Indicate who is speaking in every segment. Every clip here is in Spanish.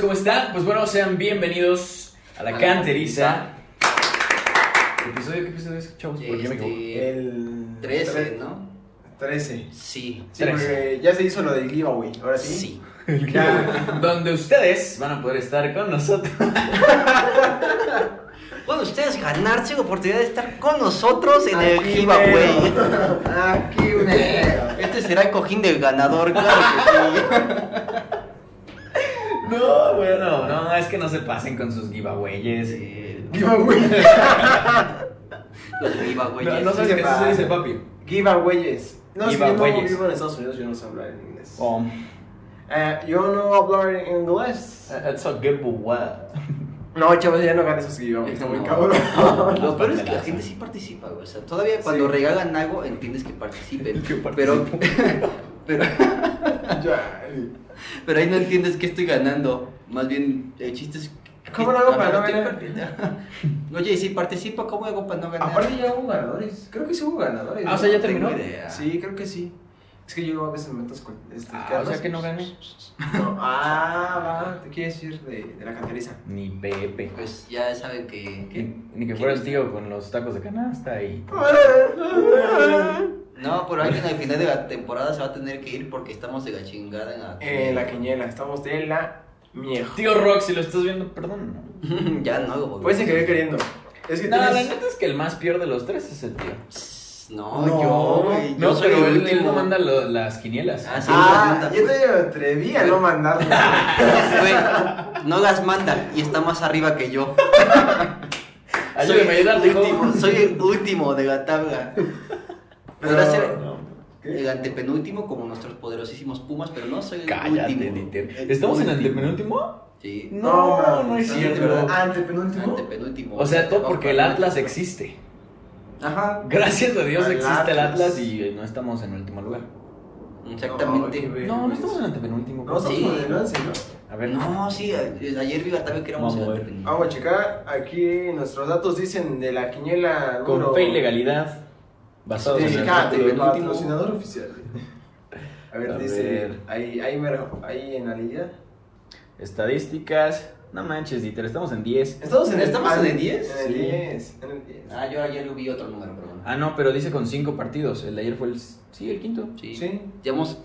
Speaker 1: ¿cómo están? Pues bueno, sean bienvenidos a La Canteriza. ¿Episodio qué episodio es, chavos? Porque ya me equivoco.
Speaker 2: Este,
Speaker 3: Eh, El
Speaker 2: 13, ¿no?
Speaker 3: 13.
Speaker 2: Sí.
Speaker 3: Sí, porque ya se hizo lo del giveaway, ahora sí.
Speaker 2: Sí.
Speaker 3: Ya.
Speaker 1: Donde ustedes van a poder estar con nosotros.
Speaker 2: Pueden ustedes ganarse la oportunidad de estar con nosotros en el
Speaker 3: Aquí
Speaker 2: giveaway.
Speaker 3: mero. Aquí mero.
Speaker 2: Este será el cojín del ganador, claro que sí.
Speaker 1: No, bueno, no, es que no se pasen con sus giveaways.
Speaker 3: Giveaway.
Speaker 2: Los
Speaker 1: No,
Speaker 2: giveaways.
Speaker 1: no sabes
Speaker 3: sí
Speaker 1: qué
Speaker 3: se
Speaker 1: se dice,
Speaker 3: pasan.
Speaker 1: papi.
Speaker 3: Giveaways. No, si yo no
Speaker 1: Giveaways.
Speaker 3: vivo en Estados Unidos, yo no sé hablar en inglés.
Speaker 1: Oh,
Speaker 3: Eh, yo no hablar en inglés.
Speaker 1: that's Eh, a good Ah,
Speaker 3: No, chavos, ya no gané esos giveaways.
Speaker 2: Este,
Speaker 3: Está muy cabrón.
Speaker 2: Lo peor es que la gente sí participa, güey. O sea, todavía cuando
Speaker 3: Sí.
Speaker 2: regalan algo entiendes que participen.
Speaker 1: Que
Speaker 2: pero, pero,
Speaker 3: Ya.
Speaker 2: pero ahí no entiendes qué estoy ganando. Más bien, el chiste es. que-
Speaker 3: ¿Cómo lo hago para no
Speaker 2: Estoy
Speaker 3: ganar?
Speaker 2: perdiendo. Oye, y si participo, ¿cómo hago para no ganar?
Speaker 3: Aparte ya hubo ganadores. Creo que sí hubo ganadores.
Speaker 1: Ah, o sea, ya terminó.
Speaker 2: tengo idea.
Speaker 3: Sí, creo que sí. Es que yo a veces me meto con este,
Speaker 1: Ah, o
Speaker 3: Carlos.
Speaker 1: sea que no gané.
Speaker 3: No. Ah, va. ¿Te quieres ir de, de la canteriza?
Speaker 1: Ni Pepe.
Speaker 2: Pues ya saben que. que-
Speaker 1: Ni, ni que fuera el tío con los tacos de canasta y.
Speaker 2: No, pero alguien al final de la temporada se va a tener que ir porque estamos de la chingada en la.
Speaker 3: Eh, la quiniela. Estamos de la mierda.
Speaker 1: Tío Rock, si lo estás viendo, perdón. ¿no?
Speaker 2: ya no lo volvemos.
Speaker 3: Pues se quedé queriendo. Es que
Speaker 1: No, la
Speaker 3: tienes...
Speaker 1: neta es que el más peor de los tres es el tío.
Speaker 2: No,
Speaker 3: No,
Speaker 2: yo, güey, yo
Speaker 1: No,
Speaker 2: soy
Speaker 1: pero él,
Speaker 2: el
Speaker 1: él
Speaker 2: último.
Speaker 1: no manda lo- las quinielas.
Speaker 2: Ah, sí,
Speaker 3: Ah,
Speaker 2: las
Speaker 3: yo
Speaker 2: manda.
Speaker 3: te atreví a no mandarlo.
Speaker 2: Güey, no las manda y está más arriba que yo.
Speaker 1: Ayúdame a
Speaker 2: soy,
Speaker 1: ayudarte,
Speaker 2: el último,
Speaker 1: joven.
Speaker 2: soy el último de la tabla. Podrá ser
Speaker 3: no.
Speaker 2: el
Speaker 3: ¿Qué?
Speaker 2: antepenúltimo como nuestros poderosísimos Pumas, pero no soy el
Speaker 1: Cállate,
Speaker 2: último.
Speaker 1: Dieter. ¿Estamos en el antepenúltimo?
Speaker 2: Sí,
Speaker 1: No, no,
Speaker 3: mames,
Speaker 1: es cierto.
Speaker 3: antepenúltimo. Antepenúltimo.
Speaker 2: antepenúltimo.
Speaker 1: O sea, todo porque el Atlas existe.
Speaker 2: Ajá,
Speaker 1: Gracias a Dios
Speaker 3: Al
Speaker 1: existe el
Speaker 3: Atlas.
Speaker 1: Atlas y eh, no estamos en último lugar.
Speaker 2: exactamente.
Speaker 1: Oh,
Speaker 3: No, qué ver-
Speaker 1: No, no estamos en antepenúltimo.
Speaker 3: No,
Speaker 1: ¿cómo?
Speaker 3: estamos
Speaker 2: pues, Sí.
Speaker 3: con el once, ¿no?
Speaker 1: A ver,
Speaker 2: No, sí, a- ayer vi también que éramos
Speaker 1: Vamos a ver.
Speaker 2: el-
Speaker 3: Vamos a checar. Aquí nuestros datos dicen de la quiniela número...
Speaker 1: Con fe y legalidad. Basados en el
Speaker 2: Dedicado.
Speaker 3: Tecate,
Speaker 2: antepenúltimo.
Speaker 3: patrocinador oficial. A ver,
Speaker 1: A
Speaker 3: dice...
Speaker 1: ver.
Speaker 3: Ahí, ahí, mero, ahí en la liga.
Speaker 1: Estadísticas. No manches, Dieter, estamos en 10.
Speaker 3: ¿Estamos
Speaker 2: en el- ¿Estamos en el 10?
Speaker 3: En el
Speaker 1: Sí.
Speaker 3: 10. En el 10.
Speaker 2: Ah, yo ayer vi otro número, perdón.
Speaker 1: Ah, no, pero dice con 5 partidos. El de ayer fue el. Sí, el quinto.
Speaker 2: sí.
Speaker 3: Sí.
Speaker 2: Llevamos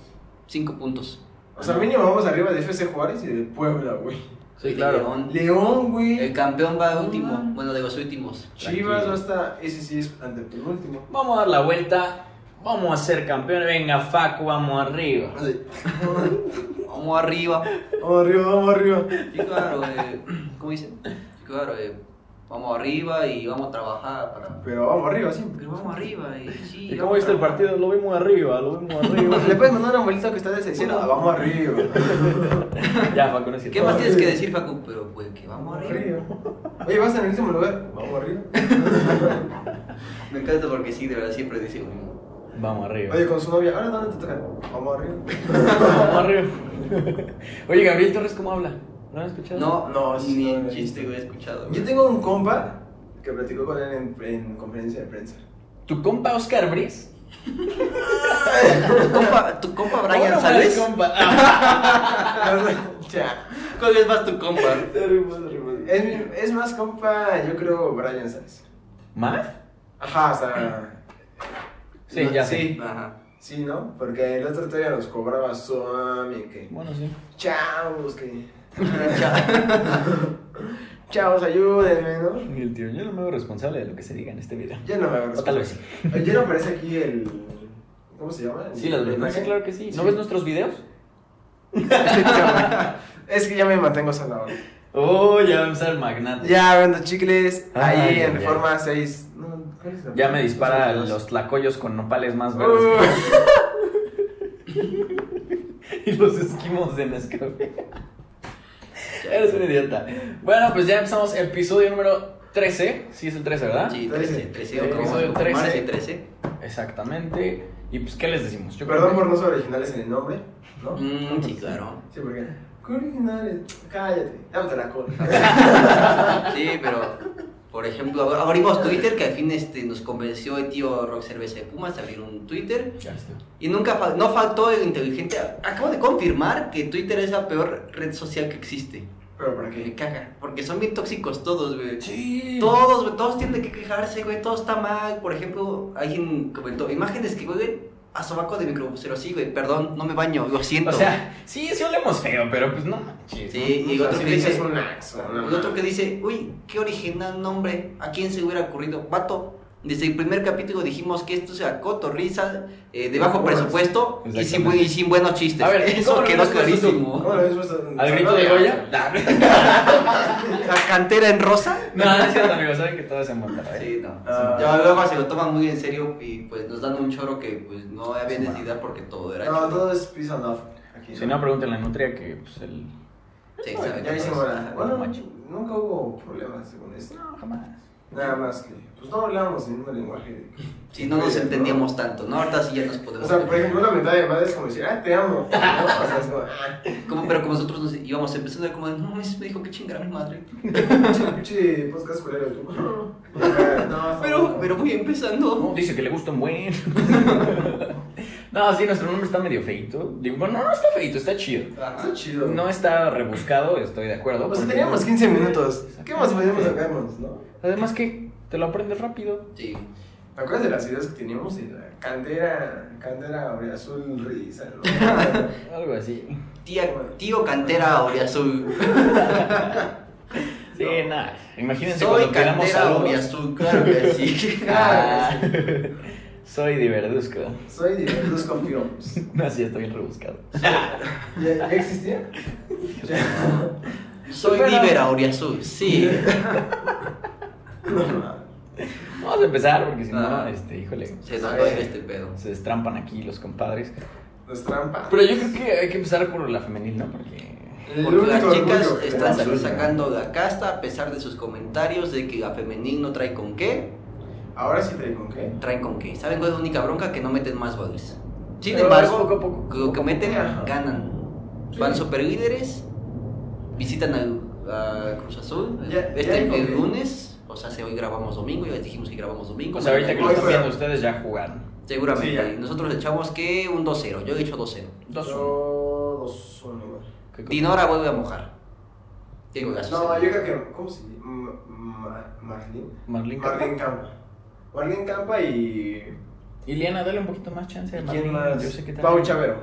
Speaker 2: 5 puntos.
Speaker 3: O sea, mínimo vamos arriba de FC Juárez y de Puebla, güey.
Speaker 1: Sí,
Speaker 2: De
Speaker 1: claro.
Speaker 2: León.
Speaker 3: León,
Speaker 2: El
Speaker 3: güey.
Speaker 2: campeón va
Speaker 3: No
Speaker 2: último,
Speaker 3: mames.
Speaker 2: bueno, de los últimos.
Speaker 3: Chivas
Speaker 1: Tranquilo.
Speaker 3: no está. Ese sí es ante el último.
Speaker 1: Vamos a dar la vuelta. Vamos a ser campeones. Venga, Facu, vamos arriba.
Speaker 2: Vamos arriba.
Speaker 3: Vamos arriba, vamos arriba.
Speaker 2: Sí, claro, eh, ¿cómo dicen? Sí, claro, eh, vamos arriba y vamos a trabajar para...
Speaker 3: Pero vamos arriba siempre.
Speaker 2: Pero vamos arriba y sí.
Speaker 1: ¿Y cómo
Speaker 2: vamos
Speaker 1: viste el
Speaker 2: para-
Speaker 1: partido? Lo vimos arriba, lo vimos
Speaker 3: Le
Speaker 1: arriba.
Speaker 3: puedes mandar un abuelito que está decepcionado. Vamos arriba.
Speaker 1: ya, Facu, no es cierto.
Speaker 2: ¿Qué más tienes que decir, Facu? Pero pues que vamos
Speaker 3: Vamos
Speaker 2: arriba.
Speaker 3: arriba. Oye, vas en el último lugar. Vamos arriba.
Speaker 2: Me encanta porque sí, de verdad, siempre dice lo mismo.
Speaker 1: Vamos arriba.
Speaker 3: Oye, con su novia. Ahora, ¿dónde te tocan? Vamos arriba.
Speaker 1: Vamos arriba. Oye, Gabriel Torres, ¿cómo habla? ¿No han escuchado?
Speaker 2: No,
Speaker 3: No,
Speaker 2: no,
Speaker 3: sí,
Speaker 2: ni
Speaker 3: no lo
Speaker 2: en
Speaker 3: he
Speaker 2: chiste,
Speaker 3: visto.
Speaker 2: güey, he escuchado.
Speaker 3: Yo tengo un compa que platicó con él en, en conferencia de prensa.
Speaker 1: ¿Tu compa Oscar Briz?
Speaker 2: Tu compa, tu compa Brian,
Speaker 1: Ahora
Speaker 2: ¿sabes?
Speaker 1: más compa. Ah,
Speaker 3: ya.
Speaker 2: ¿Cuál es más tu compa?
Speaker 3: Es, mi- es más compa, yo creo, Brian Sáenz.
Speaker 1: ¿Más?
Speaker 3: Ajá, o sea.
Speaker 1: Sí,
Speaker 3: no,
Speaker 1: ya
Speaker 3: sí,
Speaker 2: Ajá.
Speaker 3: sí, ¿no? Porque el otro todavía nos cobraba su mami, que.
Speaker 1: Bueno, sí.
Speaker 3: Chavos, que. Chavos, ayúdenme, ¿no?
Speaker 1: Y el tío, yo no me hago responsable de lo que se diga en este video.
Speaker 3: Yo no me hago
Speaker 1: O tal vez sí.
Speaker 3: responsable. Ya no aparece aquí el. ¿Cómo se llama?
Speaker 1: Sí, las
Speaker 3: verdad
Speaker 1: verdad. Sí, claro que sí. ¿No ves nuestros videos?
Speaker 3: Es que ya me mantengo salado.
Speaker 1: Oh, ya va a empezar el magnate.
Speaker 3: Ya vendo chicles,
Speaker 1: Ay,
Speaker 3: ahí
Speaker 1: ya,
Speaker 3: en
Speaker 1: ya.
Speaker 3: Reforma 6. No, ¿cuál es la-
Speaker 1: Ya me dispara
Speaker 3: Dos.
Speaker 1: los tlacoyos con nopales más verdes.
Speaker 3: Uh,
Speaker 1: y los esquimos de Nescafé. Eres un idiota. Bueno, pues ya empezamos episodio número 13. Sí, es el 13, ¿verdad?
Speaker 2: Sí, 13, 13,
Speaker 3: Episodio
Speaker 2: ¿cómo?
Speaker 1: 13.
Speaker 2: Martes y 13.
Speaker 1: Exactamente. Y pues, ¿qué les decimos? Yo
Speaker 3: Perdón
Speaker 1: creo
Speaker 3: por no ser originales en el nombre, ¿no?
Speaker 2: Mm, sí, claro.
Speaker 3: Sí, porque. ¿Qué originales? Cállate, dame la cola.
Speaker 2: Sí, pero, por ejemplo, ab- abrimos Twitter, que al fin este, nos convenció el tío Rock Cerveza de Pumas a abrir un Twitter.
Speaker 1: que- Ya está.
Speaker 2: Y nunca fal- no faltó el inteligente. Acabo de confirmar que Twitter es la peor red social que existe. Me
Speaker 1: Ok.
Speaker 2: caga. Porque son bien tóxicos todos, güey.
Speaker 1: Sí.
Speaker 2: Todos, güey, todos tienen que quejarse, güey, todo está mal. Por ejemplo, alguien comentó, imágenes que, güey, a sobaco de microbusero, sí, güey, perdón, no me baño, lo siento.
Speaker 1: O sea, sí, sí olemos feo, pero pues no manches. ¿no?
Speaker 2: sí, y
Speaker 3: O sea,
Speaker 2: otro
Speaker 3: si
Speaker 2: que
Speaker 3: dices
Speaker 2: dice,
Speaker 3: un axo, no,
Speaker 2: y otro que dice, uy, qué original nombre, ¿a quién se hubiera ocurrido? Vato, desde el primer capítulo dijimos que esto sea cotorriza, eh, de bajo
Speaker 3: Cobras.
Speaker 2: presupuesto y sin, bu-
Speaker 1: Exactamente.
Speaker 2: y sin buenos chistes.
Speaker 1: A ver,
Speaker 2: Eso
Speaker 1: ¿cómo lo
Speaker 2: quedó
Speaker 1: llamas tú?
Speaker 2: clarísimo.
Speaker 3: ¿Cómo lo habías puesto?
Speaker 1: ¿Al grito de Goya? Nah.
Speaker 2: ¿La cantera en rosa?
Speaker 1: No, no es cierto, amigo, saben que todo es en ¿eh? Monterrey.
Speaker 2: Sí, no.
Speaker 3: Ah.
Speaker 2: ya luego se lo toman muy en serio y pues nos dan un choro que pues no había necesidad porque todo era
Speaker 3: No,
Speaker 2: choro.
Speaker 3: todo es peace and love. Aquí,
Speaker 1: Si no, pregúntenle a Nutria que pues el...
Speaker 2: Sí,
Speaker 3: No,
Speaker 2: saben
Speaker 3: ya
Speaker 2: que
Speaker 3: hicimos
Speaker 2: todo es-
Speaker 3: la. Bueno,
Speaker 1: macho.
Speaker 3: nunca hubo problemas según esto.
Speaker 1: No, jamás.
Speaker 3: Nada más que, pues no hablábamos el mismo lenguaje.
Speaker 2: Si no nos entendíamos tanto, ¿no? Ahorita sí ya nos
Speaker 3: O
Speaker 2: podemos
Speaker 3: sea, por
Speaker 2: entender.
Speaker 3: ejemplo, una mentada de madre es como decir, ah, te amo. ¿no? O sea, es como, ah,
Speaker 2: Como- pero como nosotros nos íbamos empezando a como, no mames, me dijo que chingara mi madre.
Speaker 3: pinche- pinche podcast culero tú. No, está
Speaker 2: Pero,
Speaker 3: bueno.
Speaker 2: pero voy empezando.
Speaker 1: No, dice que le gusta un buen. no, sí, nuestro nombre está medio feito. Digo, bueno, no está feito, está chido.
Speaker 3: Está chido.
Speaker 1: No está rebuscado, estoy de acuerdo.
Speaker 3: O sea,
Speaker 1: porque-
Speaker 3: teníamos 15 minutos. ¿Qué más podíamos sacarnos, no?
Speaker 1: Además que te lo aprendes rápido.
Speaker 2: Sí.
Speaker 3: ¿Te acuerdas de las ideas que teníamos? De la cantera, cantera azul risa, ¿no?
Speaker 1: Algo así.
Speaker 2: Tía, tío cantera Oriazul.
Speaker 1: Sí,
Speaker 3: No.
Speaker 1: nada. Imagínense
Speaker 2: Soy
Speaker 1: cuando queramos
Speaker 2: cantera
Speaker 1: saludos.
Speaker 2: Oriazul, claro que sí.
Speaker 1: Ah, soy de verduzco.
Speaker 3: Soy de los confirms.
Speaker 1: No, sí, está bien rebuscado.
Speaker 3: ¿Ya, ya existía? Ya.
Speaker 2: Soy
Speaker 1: Pero-
Speaker 2: libera Oriazul, sí.
Speaker 3: No, no.
Speaker 1: Vamos a empezar porque si no,
Speaker 2: Ah.
Speaker 1: este, híjole,
Speaker 2: Se nos va a ir este pedo.
Speaker 1: se destrampan aquí los compadres.
Speaker 3: Nos trampa.
Speaker 1: Pero yo creo que hay que empezar por la femenil, ¿no? Porque...
Speaker 3: El
Speaker 2: Porque las
Speaker 3: único
Speaker 2: chicas
Speaker 3: orgullo que
Speaker 2: están
Speaker 3: tenemos es-
Speaker 2: sacando la casta a pesar de sus comentarios de que la femenil no trae con qué,
Speaker 3: Ahora sí te con qué.
Speaker 2: traen con qué. ¿Saben cuál es la única bronca? Que no meten más goles. Sin
Speaker 1: Pero es
Speaker 2: embargo,
Speaker 1: poco a poco.
Speaker 2: lo que meten
Speaker 3: Ajá.
Speaker 2: ganan.
Speaker 3: Sí.
Speaker 2: Van super líderes, visitan al- a, Cruz Azul
Speaker 3: Ya-
Speaker 2: este
Speaker 3: ya hay
Speaker 2: el
Speaker 3: con qué.
Speaker 2: lunes. O sea, si hoy grabamos domingo, ya les dijimos que grabamos domingo.
Speaker 1: O sea, pues, ahorita que lo
Speaker 3: Hoy
Speaker 1: están
Speaker 3: fue-
Speaker 1: viendo ustedes ya jugaron.
Speaker 2: Seguramente.
Speaker 3: Sí, ya.
Speaker 2: Y Nosotros echamos que un 2-0. Yo he hecho 2-0.
Speaker 1: Dos.
Speaker 3: Yo, dos, uno, igual.
Speaker 1: ¿Qué cosa?
Speaker 2: Dinora vuelve a mojar. Diego Gasol.
Speaker 3: No, yo creo que. ¿Cómo se llama? Ma- Marlene.
Speaker 1: Marlene
Speaker 3: Marlene Campa. Marlene Campa y.
Speaker 1: Iliana, dale un poquito más chance a
Speaker 3: ¿y
Speaker 1: Marlene.
Speaker 3: ¿Quién más?
Speaker 1: Yo sé que
Speaker 3: Pau
Speaker 1: también-
Speaker 3: Chavero.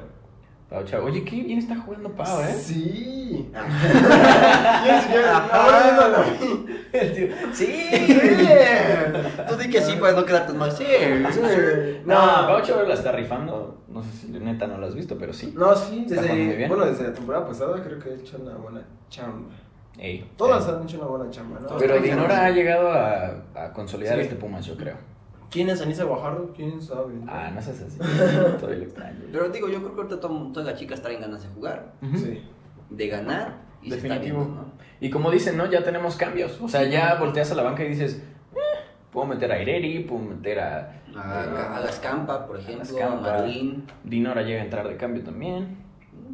Speaker 1: Pau Chavo. Oye, qué bien está jugando Pau, ¿eh?
Speaker 3: Sí. Ya ni siquiera- ahora no lo vi.
Speaker 1: El tío- Sí.
Speaker 3: Sí.
Speaker 2: Tú di que sí para no quedarte mal. Sí.
Speaker 1: No, Pau Chavo la está rifando. No sé si neta no la has visto, pero sí.
Speaker 3: No, sí,
Speaker 1: Está jugando muy bien.
Speaker 3: desde, bueno, desde la temporada pasada creo que he hecho una buena chamba.
Speaker 1: Ey.
Speaker 3: Todas
Speaker 1: Ey.
Speaker 3: han hecho una buena chamba, ¿no?
Speaker 1: Pero
Speaker 3: Todas
Speaker 1: Dinora ha
Speaker 3: han-
Speaker 1: llegado a, a consolidar
Speaker 3: Sí.
Speaker 1: este Pumas, yo creo.
Speaker 3: ¿Quién es Anisa Guajardo? ¿Quién sabe?
Speaker 1: Ah, no seas así. Todo el extraño.
Speaker 2: Pero digo, yo creo que ahorita to- todas las chicas traen ganas de jugar,
Speaker 1: Ujú.
Speaker 3: Sí.
Speaker 2: de ganar. Y
Speaker 1: Definitivo.
Speaker 2: Se está viendo,
Speaker 1: Y como dicen, ¿no? Ya tenemos cambios. O sea, ya volteas a la banca y dices, "Eh, puedo meter a Ireri, puedo meter a
Speaker 2: ¿no? a, Eh, a- a las Campa, por ejemplo, a,
Speaker 1: Ah. Campa.
Speaker 2: Marlín
Speaker 1: Dinora llega a entrar de cambio también.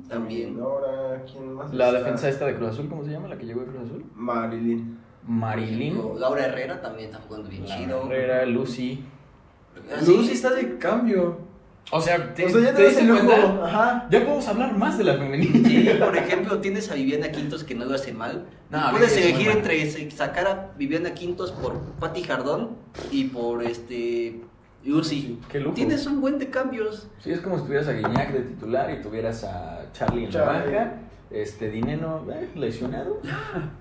Speaker 2: también.
Speaker 3: Dinora, ¿quién más?
Speaker 1: La
Speaker 3: está?
Speaker 1: defensa esta de Cruz Azul, ¿cómo se llama? La que llegó de Cruz Azul.
Speaker 3: Marilyn.
Speaker 1: Marilyn.
Speaker 2: Por ejemplo, Laura Herrera también está jugando bien
Speaker 1: La
Speaker 2: chido. Ah,
Speaker 1: Herrera, Lucy.
Speaker 2: Así-
Speaker 3: Lucy está de cambio.
Speaker 1: O sea,
Speaker 3: o sea, ya te das el lujo. Ajá.
Speaker 1: Ya podemos hablar más de la femenina.
Speaker 2: Sí, por ejemplo, tienes a Viviana Quintos que no lo hace mal.
Speaker 1: No, Vivi
Speaker 2: Puedes
Speaker 1: es muy
Speaker 2: elegir
Speaker 1: buena.
Speaker 2: entre se- sacar a Viviana Quintos por Patti Jardón y por este Lucy.
Speaker 1: Qué lujo.
Speaker 2: Tienes un buen de cambios.
Speaker 1: Sí, es como si tuvieras a Guiñac de titular y tuvieras a Charlie en la
Speaker 3: Charlie.
Speaker 1: banca. Este, Dineno, eh, lesionado.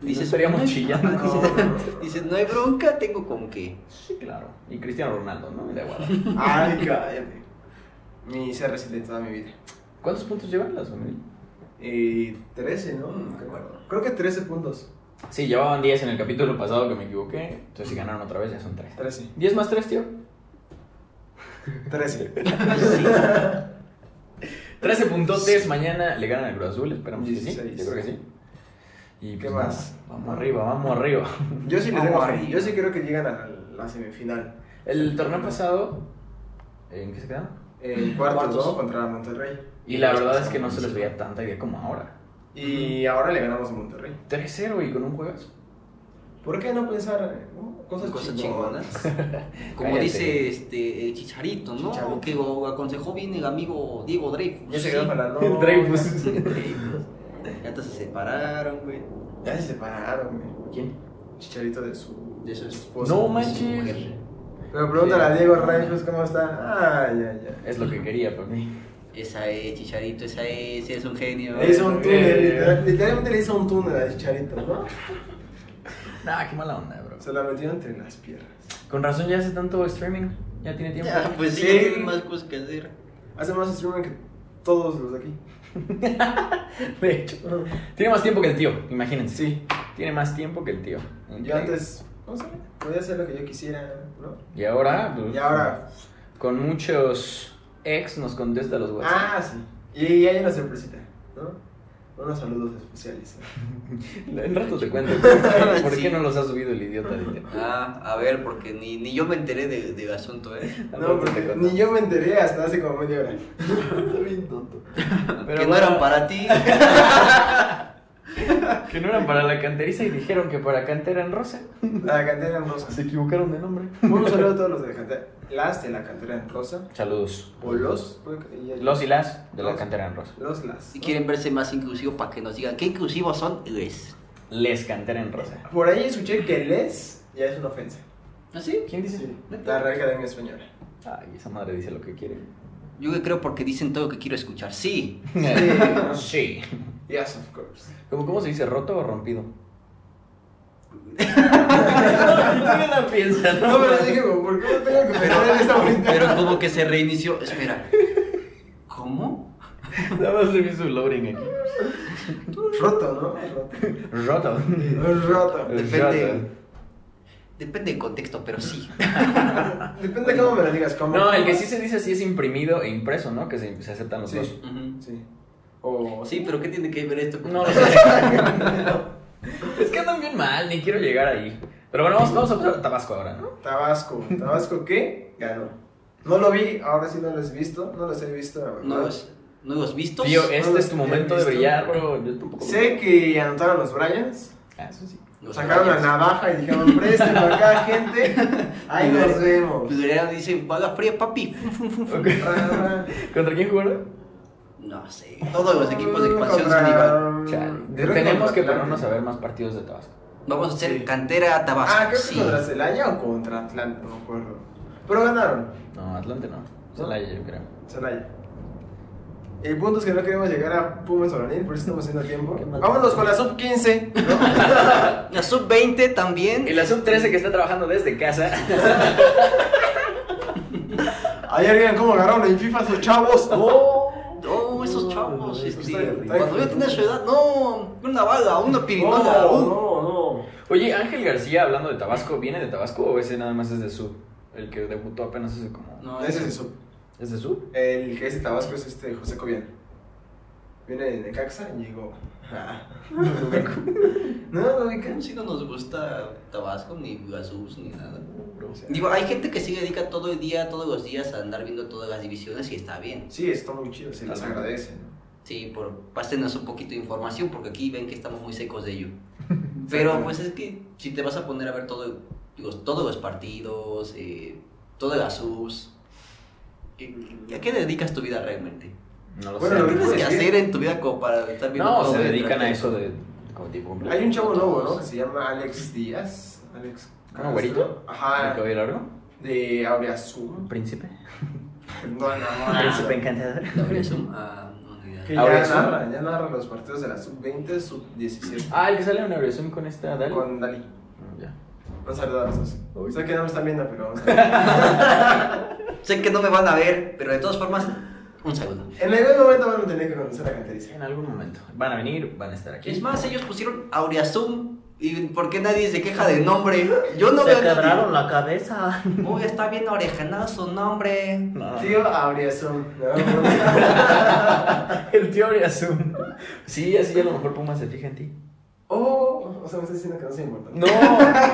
Speaker 2: Dices,
Speaker 1: no estaríamos
Speaker 2: "Ay,
Speaker 1: chillando.
Speaker 2: ajá, dices- Dices, no hay bronca, tengo con qué.
Speaker 1: Sí, claro. Y Cristiano Ronaldo, ¿no? De Aguada.
Speaker 3: Ay, cállate. Mi CR7 de toda mi vida.
Speaker 1: ¿Cuántos puntos llevan las femenil?
Speaker 3: Y 13, ¿no?
Speaker 2: No me acuerdo.
Speaker 3: Creo que 13 puntos.
Speaker 1: Sí, llevaban 10 en el capítulo pasado que me equivoqué. Entonces, si ganaron otra vez, ya son 3.
Speaker 3: 13.
Speaker 1: 10 más 3, tío.
Speaker 3: 13.
Speaker 1: 13 puntotes. Mañana le ganan al Cruz Azul. Esperamos que sí.
Speaker 3: 16.
Speaker 1: Yo creo que sí. Y
Speaker 3: ¿Qué
Speaker 1: pues,
Speaker 3: más?
Speaker 1: nada, Vamos arriba, vamos arriba.
Speaker 3: Yo sí le
Speaker 2: Vamos
Speaker 3: tengo
Speaker 2: arriba.
Speaker 3: fe. Yo sí creo que llegan a la semifinal.
Speaker 1: El torneo pasado, ¿en qué se quedaron?
Speaker 3: Eh, En cuartos,
Speaker 2: Cuartos.
Speaker 3: ¿no? Contra Monterrey.
Speaker 1: Y la verdad es que no se les veía tanta idea como ahora.
Speaker 3: Y ahora le ganamos a Monterrey.
Speaker 1: 3-0 y con un juegazo.
Speaker 3: ¿Por qué no pensar ¿no? cosas,
Speaker 2: Cosas
Speaker 3: chingonas?
Speaker 2: chingonas. Como
Speaker 1: Cállate.
Speaker 2: dice este, el Chicharito, ¿no?
Speaker 3: Chicharito.
Speaker 2: Que lo aconsejó bien el amigo Diego Dreyfus. pues.
Speaker 3: Ya se quedó para no.
Speaker 1: Dreyfus.
Speaker 2: Ya hasta se separaron, güey.
Speaker 3: Ya se separaron, güey.
Speaker 2: ¿Quién?
Speaker 3: Chicharito de su,
Speaker 2: De su
Speaker 3: esposa.
Speaker 1: No
Speaker 2: Su
Speaker 1: manches.
Speaker 2: mujer.
Speaker 3: Pero pregúntale a Diego Reifus cómo está. Ay, ay, ay.
Speaker 1: Es lo que quería para mí.
Speaker 2: Esa es, Chicharito, esa es, es un genio.
Speaker 3: Le hizo un túnel,
Speaker 1: Eh.
Speaker 3: literal- literalmente le hizo un túnel a Chicharito, ¿no?
Speaker 1: Nah, qué mala onda, bro.
Speaker 3: Se la metió entre las piernas.
Speaker 1: Con razón ya hace tanto streaming. Ya tiene tiempo.
Speaker 2: Ya, pues sí,
Speaker 3: Sí.
Speaker 2: tiene más cosas que hacer.
Speaker 3: Hace más streaming que todos los de aquí.
Speaker 1: De hecho. Tiene más tiempo que el tío, imagínense.
Speaker 3: Sí.
Speaker 1: Tiene más tiempo que el tío.
Speaker 3: Yo antes, no sé, podía hacer lo que yo quisiera, ¿no?
Speaker 1: Y ahora, pues,
Speaker 3: Y ahora,
Speaker 1: con muchos ex nos contesta los WhatsApp.
Speaker 3: ah, sí. Y hay una sorpresita, ¿no? Unos saludos especiales.
Speaker 1: En rato te cuento. ¿Por qué, por
Speaker 2: Sí.
Speaker 1: qué no los ha subido el idiota de internet?
Speaker 2: Ah, a ver, porque ni, ni yo me enteré de, de asunto, ¿eh?
Speaker 1: Al
Speaker 3: No,
Speaker 1: rato te
Speaker 3: porque
Speaker 1: cuento.
Speaker 3: ni yo me enteré hasta hace como media hora. Está bien tonto.
Speaker 1: Pero
Speaker 2: que no
Speaker 1: bueno.
Speaker 2: eran para ti.
Speaker 1: ah, Que no eran para la canteriza y dijeron que para cantera en rosa.
Speaker 3: La cantera en rosa.
Speaker 1: equivocaron de nombre.
Speaker 3: Un saludo a todos los de la cantera, las de la cantera en rosa,
Speaker 1: Saludos.
Speaker 3: o los, creo que ya-
Speaker 1: Los y las de la
Speaker 3: Los.
Speaker 1: cantera en rosa.
Speaker 3: los las.
Speaker 2: Si
Speaker 3: ¿no?
Speaker 2: quieren verse más inclusivos, para que nos digan qué inclusivos son, les.
Speaker 1: Les cantera en rosa.
Speaker 3: Por ahí escuché que les ya es una ofensa.
Speaker 2: ¿Ah, sí?
Speaker 1: ¿Quién dice?
Speaker 3: La Real Academia Española.
Speaker 1: Ay, esa madre dice lo que quiere.
Speaker 2: Yo que creo porque dicen todo lo que quiero escuchar. Sí.
Speaker 1: Sí.
Speaker 3: Yes, of course.
Speaker 1: ¿Cómo, cómo se dice? ¿Roto o rompido? no la piensas,
Speaker 3: No, pero dije, güey, ¿por qué no tengo que
Speaker 2: Pero,
Speaker 3: pensar en esta bonita?
Speaker 2: pero como que se reinició. Espera. ¿Cómo?
Speaker 1: Nada más se me hizo un loading aquí.
Speaker 3: Roto, ¿no?
Speaker 1: Roto.
Speaker 3: Roto. Roto.
Speaker 2: Depende. Depende del contexto, pero sí.
Speaker 3: Depende de cómo me lo digas. ¿cómo?
Speaker 1: No, el que sí se dice así es imprimido e impreso, ¿no? Que se, se aceptan los
Speaker 3: Sí.
Speaker 1: dos.
Speaker 2: Ujú.
Speaker 3: Sí. O...
Speaker 2: Sí, pero ¿qué tiene que ver esto? con-
Speaker 1: No lo sé. es que andan bien mal, ni quiero llegar ahí. Pero bueno, vamos, vamos a pasar a Tabasco ahora, ¿no?
Speaker 3: Tabasco. ¿Tabasco qué? Ganó. No lo vi, ahora sí no lo he visto. No los he visto, la verdad.
Speaker 2: Nuevos, nuevos vistos.
Speaker 1: Tío,
Speaker 3: eh.
Speaker 1: este es tu momento de brillar, bro. Yo tampoco.
Speaker 3: Sé que anotaron los Bryans.
Speaker 1: Ah, eso sí.
Speaker 2: Los
Speaker 3: sacaron la
Speaker 2: rayos.
Speaker 3: navaja y dijeron, préstame acá, gente. Ahí nos vemos.
Speaker 2: Cuidado, dicen, paga fría, papi. Fum, fum, fum, fum.
Speaker 1: Ok. ¿Contra quién jugaron?
Speaker 2: No sé. Todos los equipos de expansión
Speaker 3: Contra-
Speaker 2: son igual.
Speaker 1: Chale.
Speaker 3: Creo
Speaker 1: Tenemos
Speaker 3: contra
Speaker 1: que
Speaker 3: Mm, Atlante.
Speaker 1: ponernos a ver más partidos de Tabasco.
Speaker 2: Vamos a hacer
Speaker 3: Sí.
Speaker 2: cantera Tabasco.
Speaker 3: Ah, creo que
Speaker 2: sí.
Speaker 3: contra Celaya o contra Atlanta, no me acuerdo. Pero ganaron.
Speaker 1: No, Atlante no. Celaya, yo creo.
Speaker 3: Celaya. El punto es que no queremos llegar a Pumas Oranil, por eso estamos haciendo tiempo.
Speaker 1: Qué mal.
Speaker 3: Vámonos con la sub 15. ¿no?
Speaker 2: La sub-20 también.
Speaker 1: Y la sub 13 que está trabajando desde casa.
Speaker 3: Ayer vieron cómo agarraron en FIFA esos chavos. No.
Speaker 2: Oh, esos
Speaker 1: No,
Speaker 2: chavos.
Speaker 1: no,
Speaker 2: este,
Speaker 1: está bien.
Speaker 2: cuando yo tenía su edad, no. Una bala, una uh. pirinola.
Speaker 3: No,
Speaker 2: un-
Speaker 3: no, no.
Speaker 1: Oye, Ángel García, hablando de Tabasco, ¿viene de Tabasco o ese nada más es de sub? El que debutó apenas hace como.
Speaker 2: No,
Speaker 3: Ese es el sub.
Speaker 1: ¿Es de sub?
Speaker 3: El que es de Tabasco es este José Cobian. Viene de Necaxa y llegó. no, no,
Speaker 2: ¿Cómo
Speaker 3: no.
Speaker 2: si no nos gusta Tabasco, ni Guasús, ni nada? Digo, hay gente que sí dedica todo el día, todos los días a andar viendo todas las divisiones y está bien.
Speaker 3: Sí, está muy chido, se les agradece. ¿no?
Speaker 2: Sí, por pásenos un poquito de información porque aquí ven que estamos muy secos de ello. Pero pues es que si te vas a poner a ver todo, digo, todos los partidos, eh, todas las subs, ¿qué- eh, ¿a qué dedicas tu vida realmente?
Speaker 1: No lo
Speaker 3: Bueno,
Speaker 1: sé.
Speaker 3: lo
Speaker 2: ¿Qué
Speaker 3: que
Speaker 2: tienes
Speaker 3: Sí.
Speaker 2: que hacer en tu vida como para estar viendo
Speaker 1: Pues, No,
Speaker 2: todo
Speaker 1: se
Speaker 2: de
Speaker 1: dedican a
Speaker 2: traje?
Speaker 1: eso de como tipo completo.
Speaker 3: Hay un chavo nuevo, ¿no? Que se llama Alex Díaz. Alex.
Speaker 1: ¿Ah, güerito? ¿El
Speaker 3: Ajá.
Speaker 1: cabello largo?
Speaker 3: De Aureazul.
Speaker 1: Príncipe.
Speaker 3: No, no, no.
Speaker 1: Príncipe encantador.
Speaker 2: ¿La verdad es un- ah, no, ni idea.
Speaker 3: Que ya
Speaker 1: Aureazul.
Speaker 3: narra, ya narra los partidos de la sub-20, sub-17.
Speaker 1: Ah, el que sale en Aureazul con esta Dali. Mm,
Speaker 3: Con Dalí.
Speaker 1: Ya.
Speaker 3: Vamos a saludar a los dos.
Speaker 1: Uy.
Speaker 3: Sé que no me están viendo, pero vamos a saludar.
Speaker 2: Sé que no me van a ver, pero de todas formas, un saludo.
Speaker 3: En algún momento van a tener que conocer a Canteriza.
Speaker 1: En algún momento. Van a venir, van a estar aquí.
Speaker 2: Es más, ellos pusieron Aureazum. ¿Y por qué nadie se queja del nombre? Yo no veo a nadie.
Speaker 1: la cabeza.
Speaker 2: Uy, está bien orejanado su nombre.
Speaker 1: No.
Speaker 3: Tío Aureazul.
Speaker 1: El tío Aureazul. Sí, así a lo mejor Puma se fija en ti.
Speaker 3: Oh, o sea, me estás diciendo que no soy inmortal.
Speaker 1: No,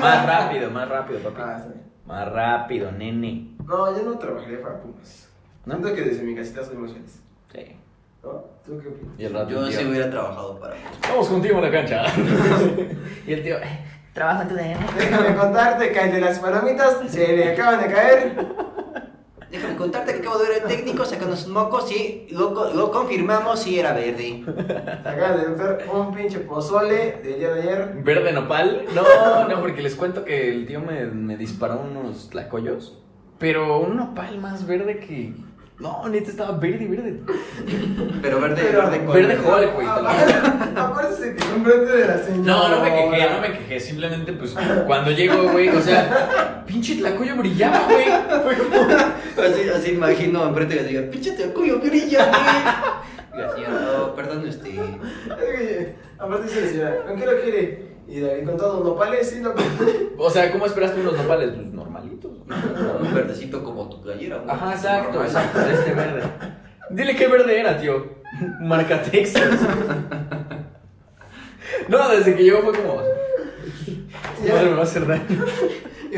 Speaker 1: más rápido, más rápido, papi.
Speaker 3: Ah, está bien.
Speaker 1: Más rápido, nene.
Speaker 3: No, yo no trabajaré para Pumas.
Speaker 1: ¿No?
Speaker 3: Tanto que desde mi casita soy más feliz.
Speaker 1: Sí.
Speaker 3: ¿No? ¿Tú qué opinas?
Speaker 1: Y el rato.
Speaker 2: Yo
Speaker 1: el tío,
Speaker 2: sí hubiera trabajado para
Speaker 1: Vamos contigo a la cancha. y el tío. Trabaja en tu DM.
Speaker 3: Déjame contarte que el de las palomitas se le acaban de caer.
Speaker 2: Déjame contarte que acabo de ver al técnico sacando sus mocos y lo, co- lo confirmamos si era verde.
Speaker 3: Acabas de meter un pinche pozole del día de ayer.
Speaker 1: ¿Verde nopal? No, no, porque les cuento que el tío me, me disparó unos tlacoyos. Pero un nopal más verde que. No, neta estaba verde, verde.
Speaker 2: Pero verde,
Speaker 3: Pero- Ah,
Speaker 2: verde, con-
Speaker 1: Verde Hulk, güey. te lo juro.
Speaker 3: Aparte se quedó enfrente de la señora.
Speaker 1: No, no me quejé, no me quejé. Simplemente, pues, cuando llego, güey, o sea, pinche tlacoyo brillaba, güey. Fue como.
Speaker 2: Así, así imagino, enfrente que diga, pinche te cuyo brilla, güey. Y la señora, no, este, perdone usted.
Speaker 3: Es que, Aparte dice la señora, ¿con qué lo quiere? Y David con todos los nopales y no.
Speaker 1: O sea, ¿cómo esperaste unos nopales? Pues normalitos.
Speaker 2: Un verdecito como tu playera, güey.
Speaker 1: Ajá, exacto, exacto, de este verde. Dile qué verde era, tío. Marca Texas. No, desde que llegó fue como.
Speaker 3: Ya.
Speaker 1: Madre, me va a hacer daño.
Speaker 3: Y,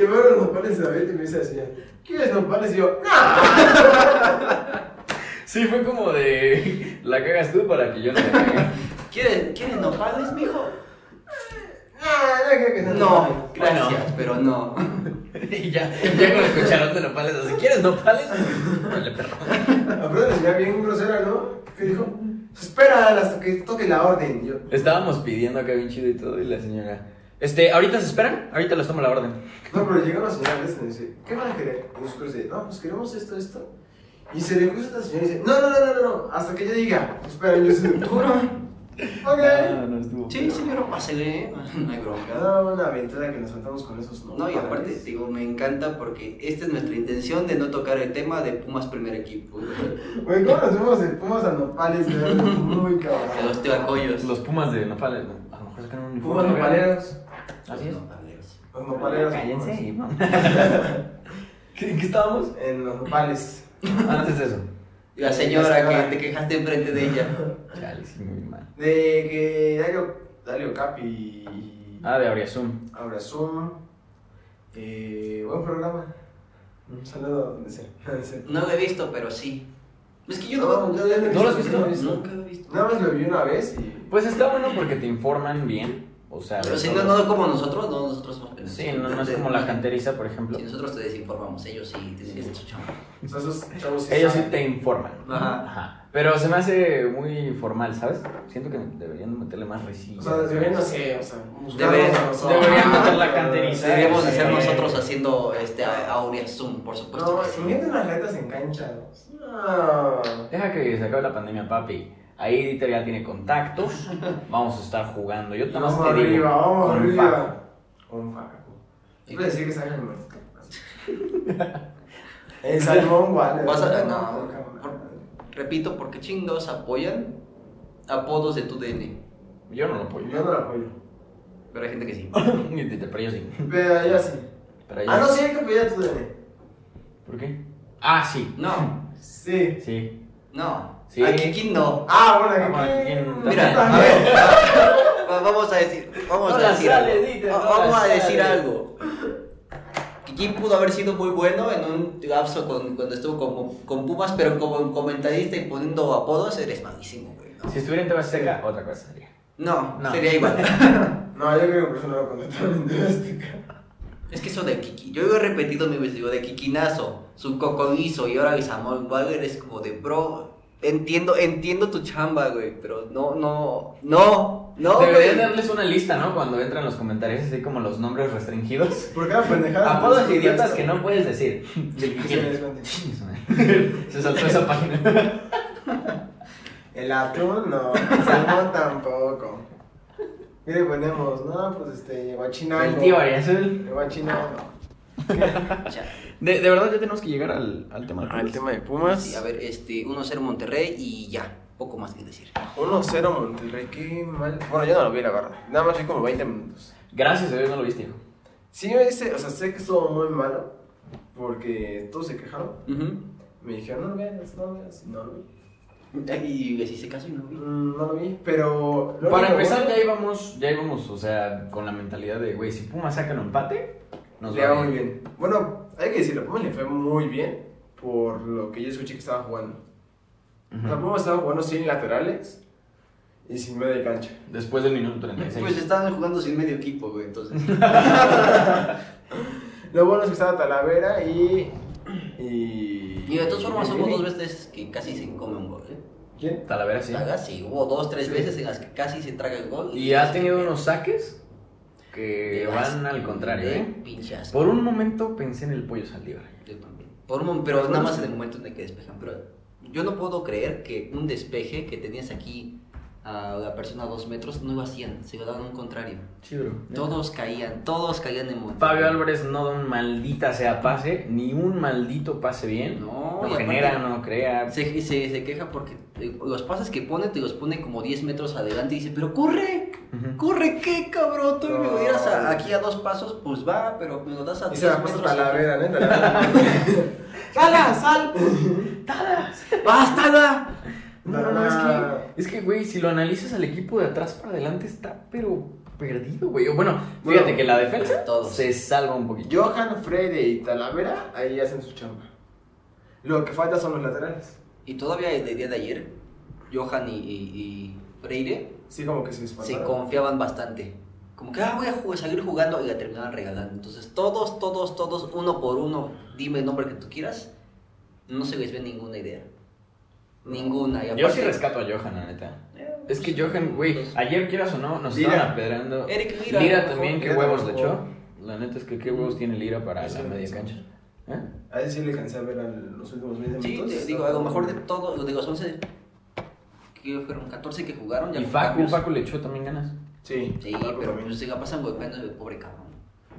Speaker 3: y veo los nopales de David y me dice la señora, ¿quieres nopales? Y yo, ¡No!
Speaker 1: Sí, fue como de. La cagas tú para que yo no la cague.
Speaker 2: ¿Quieres, ¿Quieres nopales, mijo?
Speaker 3: No, no creo que sea nopales".
Speaker 2: No, gracias, pero no.
Speaker 1: Y ya, ya con el cucharón de nopales, así, ¿quieres nopales? Vale, perro.
Speaker 3: Aparte la señora bien grosera, ¿no? Que dijo, espera hasta que toque la orden. Y yo,
Speaker 1: Estábamos pidiendo acá bien chido y todo, y la señora. Este, ¿ahorita se esperan? Ahorita les tomo la orden.
Speaker 3: No, pero llegan las señores y me dice, ¿qué van a querer? Y nosotros dice, no, pues queremos esto, esto. Y se le gusta a la señora y dice, no, no, no, no, no, no, hasta que yo diga, espera, y yo se
Speaker 2: Juro.
Speaker 1: No,
Speaker 3: ok.
Speaker 1: Ah, no estuvo.
Speaker 2: Sí, señor, pásele. No hay bronca.
Speaker 3: Cada una aventura que nos saltamos con esos
Speaker 2: No, y aparte, digo, me encanta porque esta es nuestra intención de no tocar el tema de Pumas primer equipo. De
Speaker 3: Güey, ¿cómo nos fuimos de Pumas a Nopales? güey? Muy cabrón.
Speaker 2: los teacoyos.
Speaker 1: Los pumas de nopales, ¿no? A lo mejor sacan un uniforme.
Speaker 3: Pumas Nopaleros.
Speaker 1: Así es.
Speaker 2: Nopaleros.
Speaker 3: Los Nopaleros.
Speaker 1: Cállense. ¿Qué- ¿En qué estábamos?
Speaker 3: En los Nopales.
Speaker 1: Antes de eso.
Speaker 2: La señora que te quejaste enfrente de ella.
Speaker 1: Chale, sí, muy mal.
Speaker 3: De que Dario, Dario Capi.
Speaker 1: Ah, de Auriazum.
Speaker 3: Ahora Zoom. Eh, buen programa. Un saludo donde sea.
Speaker 2: No lo he visto, pero sí. Es que yo
Speaker 3: No,
Speaker 2: no,
Speaker 3: yo ya
Speaker 1: ¿No lo has visto?
Speaker 3: no
Speaker 2: nunca lo he visto.
Speaker 3: Nada más lo vi una vez y.
Speaker 1: Pues está bueno porque te informan bien. O sea,
Speaker 2: Pero
Speaker 1: de
Speaker 2: si no,
Speaker 1: todo.
Speaker 2: no como nosotros, no, nosotros somos pendejos.
Speaker 1: Sí, no, no es como la canteriza, por ejemplo.
Speaker 2: Si nosotros te desinformamos, ellos sí, te dicen "Esta chamba".
Speaker 3: O sea, esos chavos sí Ah.
Speaker 1: Ellos sí
Speaker 3: saben.
Speaker 1: te informan.
Speaker 2: Ajá.
Speaker 1: Ajá. Pero se me hace muy formal, ¿sabes? Siento que deberían meterle más resilio.
Speaker 3: O sea, deberían, no sé, o sea, buscarlos
Speaker 2: Deberían-
Speaker 3: a nosotros.
Speaker 1: deberían meter la canteriza.
Speaker 2: Debemos de ser
Speaker 1: Sí.
Speaker 2: nosotros haciendo este a- Aurea Zoom, por supuesto.
Speaker 3: No,
Speaker 2: que
Speaker 3: si
Speaker 2: sí.
Speaker 3: meten las retas en cancha. No.
Speaker 1: Deja que se acabe la pandemia, papi. Ahí Dieter ya tiene contactos. Vamos a estar jugando. Yo nada más
Speaker 3: Vamos
Speaker 1: te digo.
Speaker 3: arriba, vamos
Speaker 1: con Paco.
Speaker 3: arriba. Con Facu. Iba a decir que salga el maestro. El Salmón Waller.
Speaker 2: Vas a- no. Repito, porque chingados apoyan apodos de tu DN.
Speaker 1: Yo no lo apoyo.
Speaker 3: Yo no lo apoyo.
Speaker 2: Pero hay gente que sí.
Speaker 1: Ni Dieter, pero yo sí.
Speaker 3: Pero yo sí.
Speaker 1: Pero yo
Speaker 3: Ah, no,
Speaker 1: sí.
Speaker 3: sí, hay que pedir a tu DN.
Speaker 1: ¿Por qué? Ah, sí.
Speaker 2: No,
Speaker 3: Sí.
Speaker 1: Sí.
Speaker 2: no.
Speaker 1: Sí.
Speaker 2: Aquí ¿quién no.
Speaker 3: Ah,
Speaker 1: Ah,
Speaker 3: bueno, que
Speaker 1: ¿quién?
Speaker 2: Mira, a ver. va- Vamos a decir, vamos
Speaker 1: No
Speaker 2: a
Speaker 1: la
Speaker 2: decir
Speaker 1: sale,
Speaker 2: algo.
Speaker 1: Dieter,
Speaker 2: Va-
Speaker 1: no la
Speaker 2: vamos a
Speaker 1: sale.
Speaker 2: decir algo. Kikín pudo haber sido muy bueno en un lapso con- cuando estuvo con, con Pumas, pero como comentarista y poniendo apodos, eres malísimo, güey. ¿no?
Speaker 1: Si estuviera en TV Azteca, otra cosa sería.
Speaker 2: No,
Speaker 1: No.
Speaker 2: sería igual.
Speaker 3: No, yo creo que por eso no lo contrataron en TV Azteca.
Speaker 2: es que eso de Kiki, yo he repetido mi vez, digo, de Kikinazo, su cocodizo y ahora Samuel Wagner es como de, bro, entiendo, entiendo tu chamba, güey, pero no, no, no, no,
Speaker 1: Deberían
Speaker 2: güey.
Speaker 1: darles una lista, ¿no? Cuando entran los comentarios, así como los nombres restringidos.
Speaker 3: ¿Por qué la pendejada?
Speaker 1: Apodos idiotas que no puedes decir. Del que
Speaker 3: Sí,
Speaker 1: quieres.
Speaker 3: les cuento.
Speaker 1: Chingues, madre. Se saltó esa página.
Speaker 3: El atún no, el salmón tampoco. Mire, ponemos, no, pues este, guachinango.
Speaker 1: El tío Ariazul.
Speaker 3: El guachinango.
Speaker 2: Chale.
Speaker 1: De, de verdad, ya tenemos que llegar al, al tema. de Pumas.
Speaker 3: Ah, de Pumas.
Speaker 2: Sí, a ver, este, 1-0 Monterrey y ya, poco más que decir.
Speaker 3: 1-0 Monterrey, qué mal. Bueno, yo no lo vi, la verdad. Nada más vi como 20 minutos.
Speaker 1: Gracias a Dios no lo viste, hijo.
Speaker 3: Sí, me dice, o sea, sé que estuvo muy malo. Porque todos se quejaron. Me dijeron, no lo veas, no lo veas. y No lo vi.
Speaker 2: Y les hice caso y no vi.
Speaker 3: Mm, No lo vi, pero. lo
Speaker 1: Para
Speaker 3: único
Speaker 1: empezar,
Speaker 3: bueno-
Speaker 1: ya íbamos, ya íbamos, o sea, con la mentalidad de, güey, si Puma saca un empate, nos
Speaker 3: le va
Speaker 1: va
Speaker 3: muy bien. Bueno, hay que decirlo, Pumas le fue muy bien por lo que yo escuché que estaba jugando.
Speaker 1: Ujú.
Speaker 3: O sea, Pumas estaba jugando sin laterales y sin media cancha.
Speaker 1: Después del minuto 36.
Speaker 2: Pues estaban jugando sin medio equipo, güey, entonces.
Speaker 3: Lo bueno es que estaba Talavera y
Speaker 1: Y.
Speaker 2: Y de todas formas hubo dos veces que casi se come un gol. ¿eh?
Speaker 3: ¿Quién?
Speaker 1: Talavera sí.
Speaker 2: Saga, sí, hubo dos, tres
Speaker 3: Sí.
Speaker 2: veces en las que casi se traga el gol.
Speaker 1: Y ha tenido unos saques que
Speaker 2: De
Speaker 1: van
Speaker 2: asco,
Speaker 1: al contrario,
Speaker 2: de
Speaker 1: ¿eh?
Speaker 2: pinche asco.
Speaker 1: Por un momento pensé en el pollo saldívar.
Speaker 2: Yo también. Por un mom- pero nada más en el momento en el que despejan. Pero yo no puedo creer que un despeje que tenías aquí a la persona a dos metros no lo hacían, se lo daban un contrario.
Speaker 1: Sí, bro.
Speaker 2: Todos caían, todos caían en Monterrey.
Speaker 1: Fabio Álvarez no da un maldita sea pase, ni un maldito pase bien.
Speaker 2: No, y
Speaker 1: no
Speaker 2: aparte-
Speaker 1: genera, no crea.
Speaker 2: Se, se, se queja porque eh, los pases que pone te los pone como 10 metros adelante y dice, pero corre,
Speaker 1: Ujú.
Speaker 2: corre, qué cabrón, tú me lo dieras a-
Speaker 3: Ay.
Speaker 2: aquí a dos pasos, pues va, pero me lo das a
Speaker 3: Y
Speaker 2: 10
Speaker 3: se la puso
Speaker 2: metros.
Speaker 3: Talavera, ¿no? Talavera. ¡Sala! ¡Sal!
Speaker 2: ¡Basta! da!
Speaker 1: No, no, no, es que, es que, güey, si lo analizas al equipo de atrás para adelante está, pero perdido, güey. O Bueno, fíjate
Speaker 3: Bueno,
Speaker 1: que la defensa
Speaker 2: todos.
Speaker 1: se salva un poquito.
Speaker 3: Johan, Freire y Talavera ahí hacen su chamba. Lo que falta son los laterales.
Speaker 2: Y todavía el día de ayer, Johan y, y- y Freire
Speaker 3: Sí, como que se
Speaker 2: se
Speaker 3: espantaron.
Speaker 2: confiaban bastante. Como que, ah, voy a jugar- salir jugando y la terminaban regalando. Entonces, todos, todos, todos, uno por uno, dime el nombre que tú quieras, no se les ve ninguna idea. Ninguna. y
Speaker 1: Yo sí
Speaker 2: aparte-
Speaker 1: rescato a Johan, la neta.
Speaker 2: Eh,
Speaker 1: Es que
Speaker 2: pues,
Speaker 1: Johan, güey,
Speaker 2: pues,
Speaker 1: ayer quieras o no, nos
Speaker 3: Lira.
Speaker 1: estaban apedrando.
Speaker 2: Eric Lira,
Speaker 1: Lira,
Speaker 2: a lo
Speaker 1: también,
Speaker 2: mejor.
Speaker 1: qué
Speaker 3: Lira
Speaker 1: huevos le
Speaker 3: tampoco.
Speaker 1: echó. La neta es que qué huevos tiene Lira para
Speaker 3: Sí,
Speaker 1: la
Speaker 3: sí,
Speaker 1: media
Speaker 3: sí.
Speaker 1: cancha. ¿Eh?
Speaker 3: A decir le cansé a ver al- los últimos 20
Speaker 2: Sí,
Speaker 3: minutos.
Speaker 2: te digo, a lo mejor de todos, de los 11, que fueron 14 que jugaron, ya
Speaker 1: Y
Speaker 2: con
Speaker 1: Facu,
Speaker 2: cambios.
Speaker 1: Facu le echó también ganas.
Speaker 3: Sí,
Speaker 2: Sí,
Speaker 3: Paco
Speaker 2: pero
Speaker 3: también.
Speaker 2: pues, se la pasan golpeando el pobre cabrón.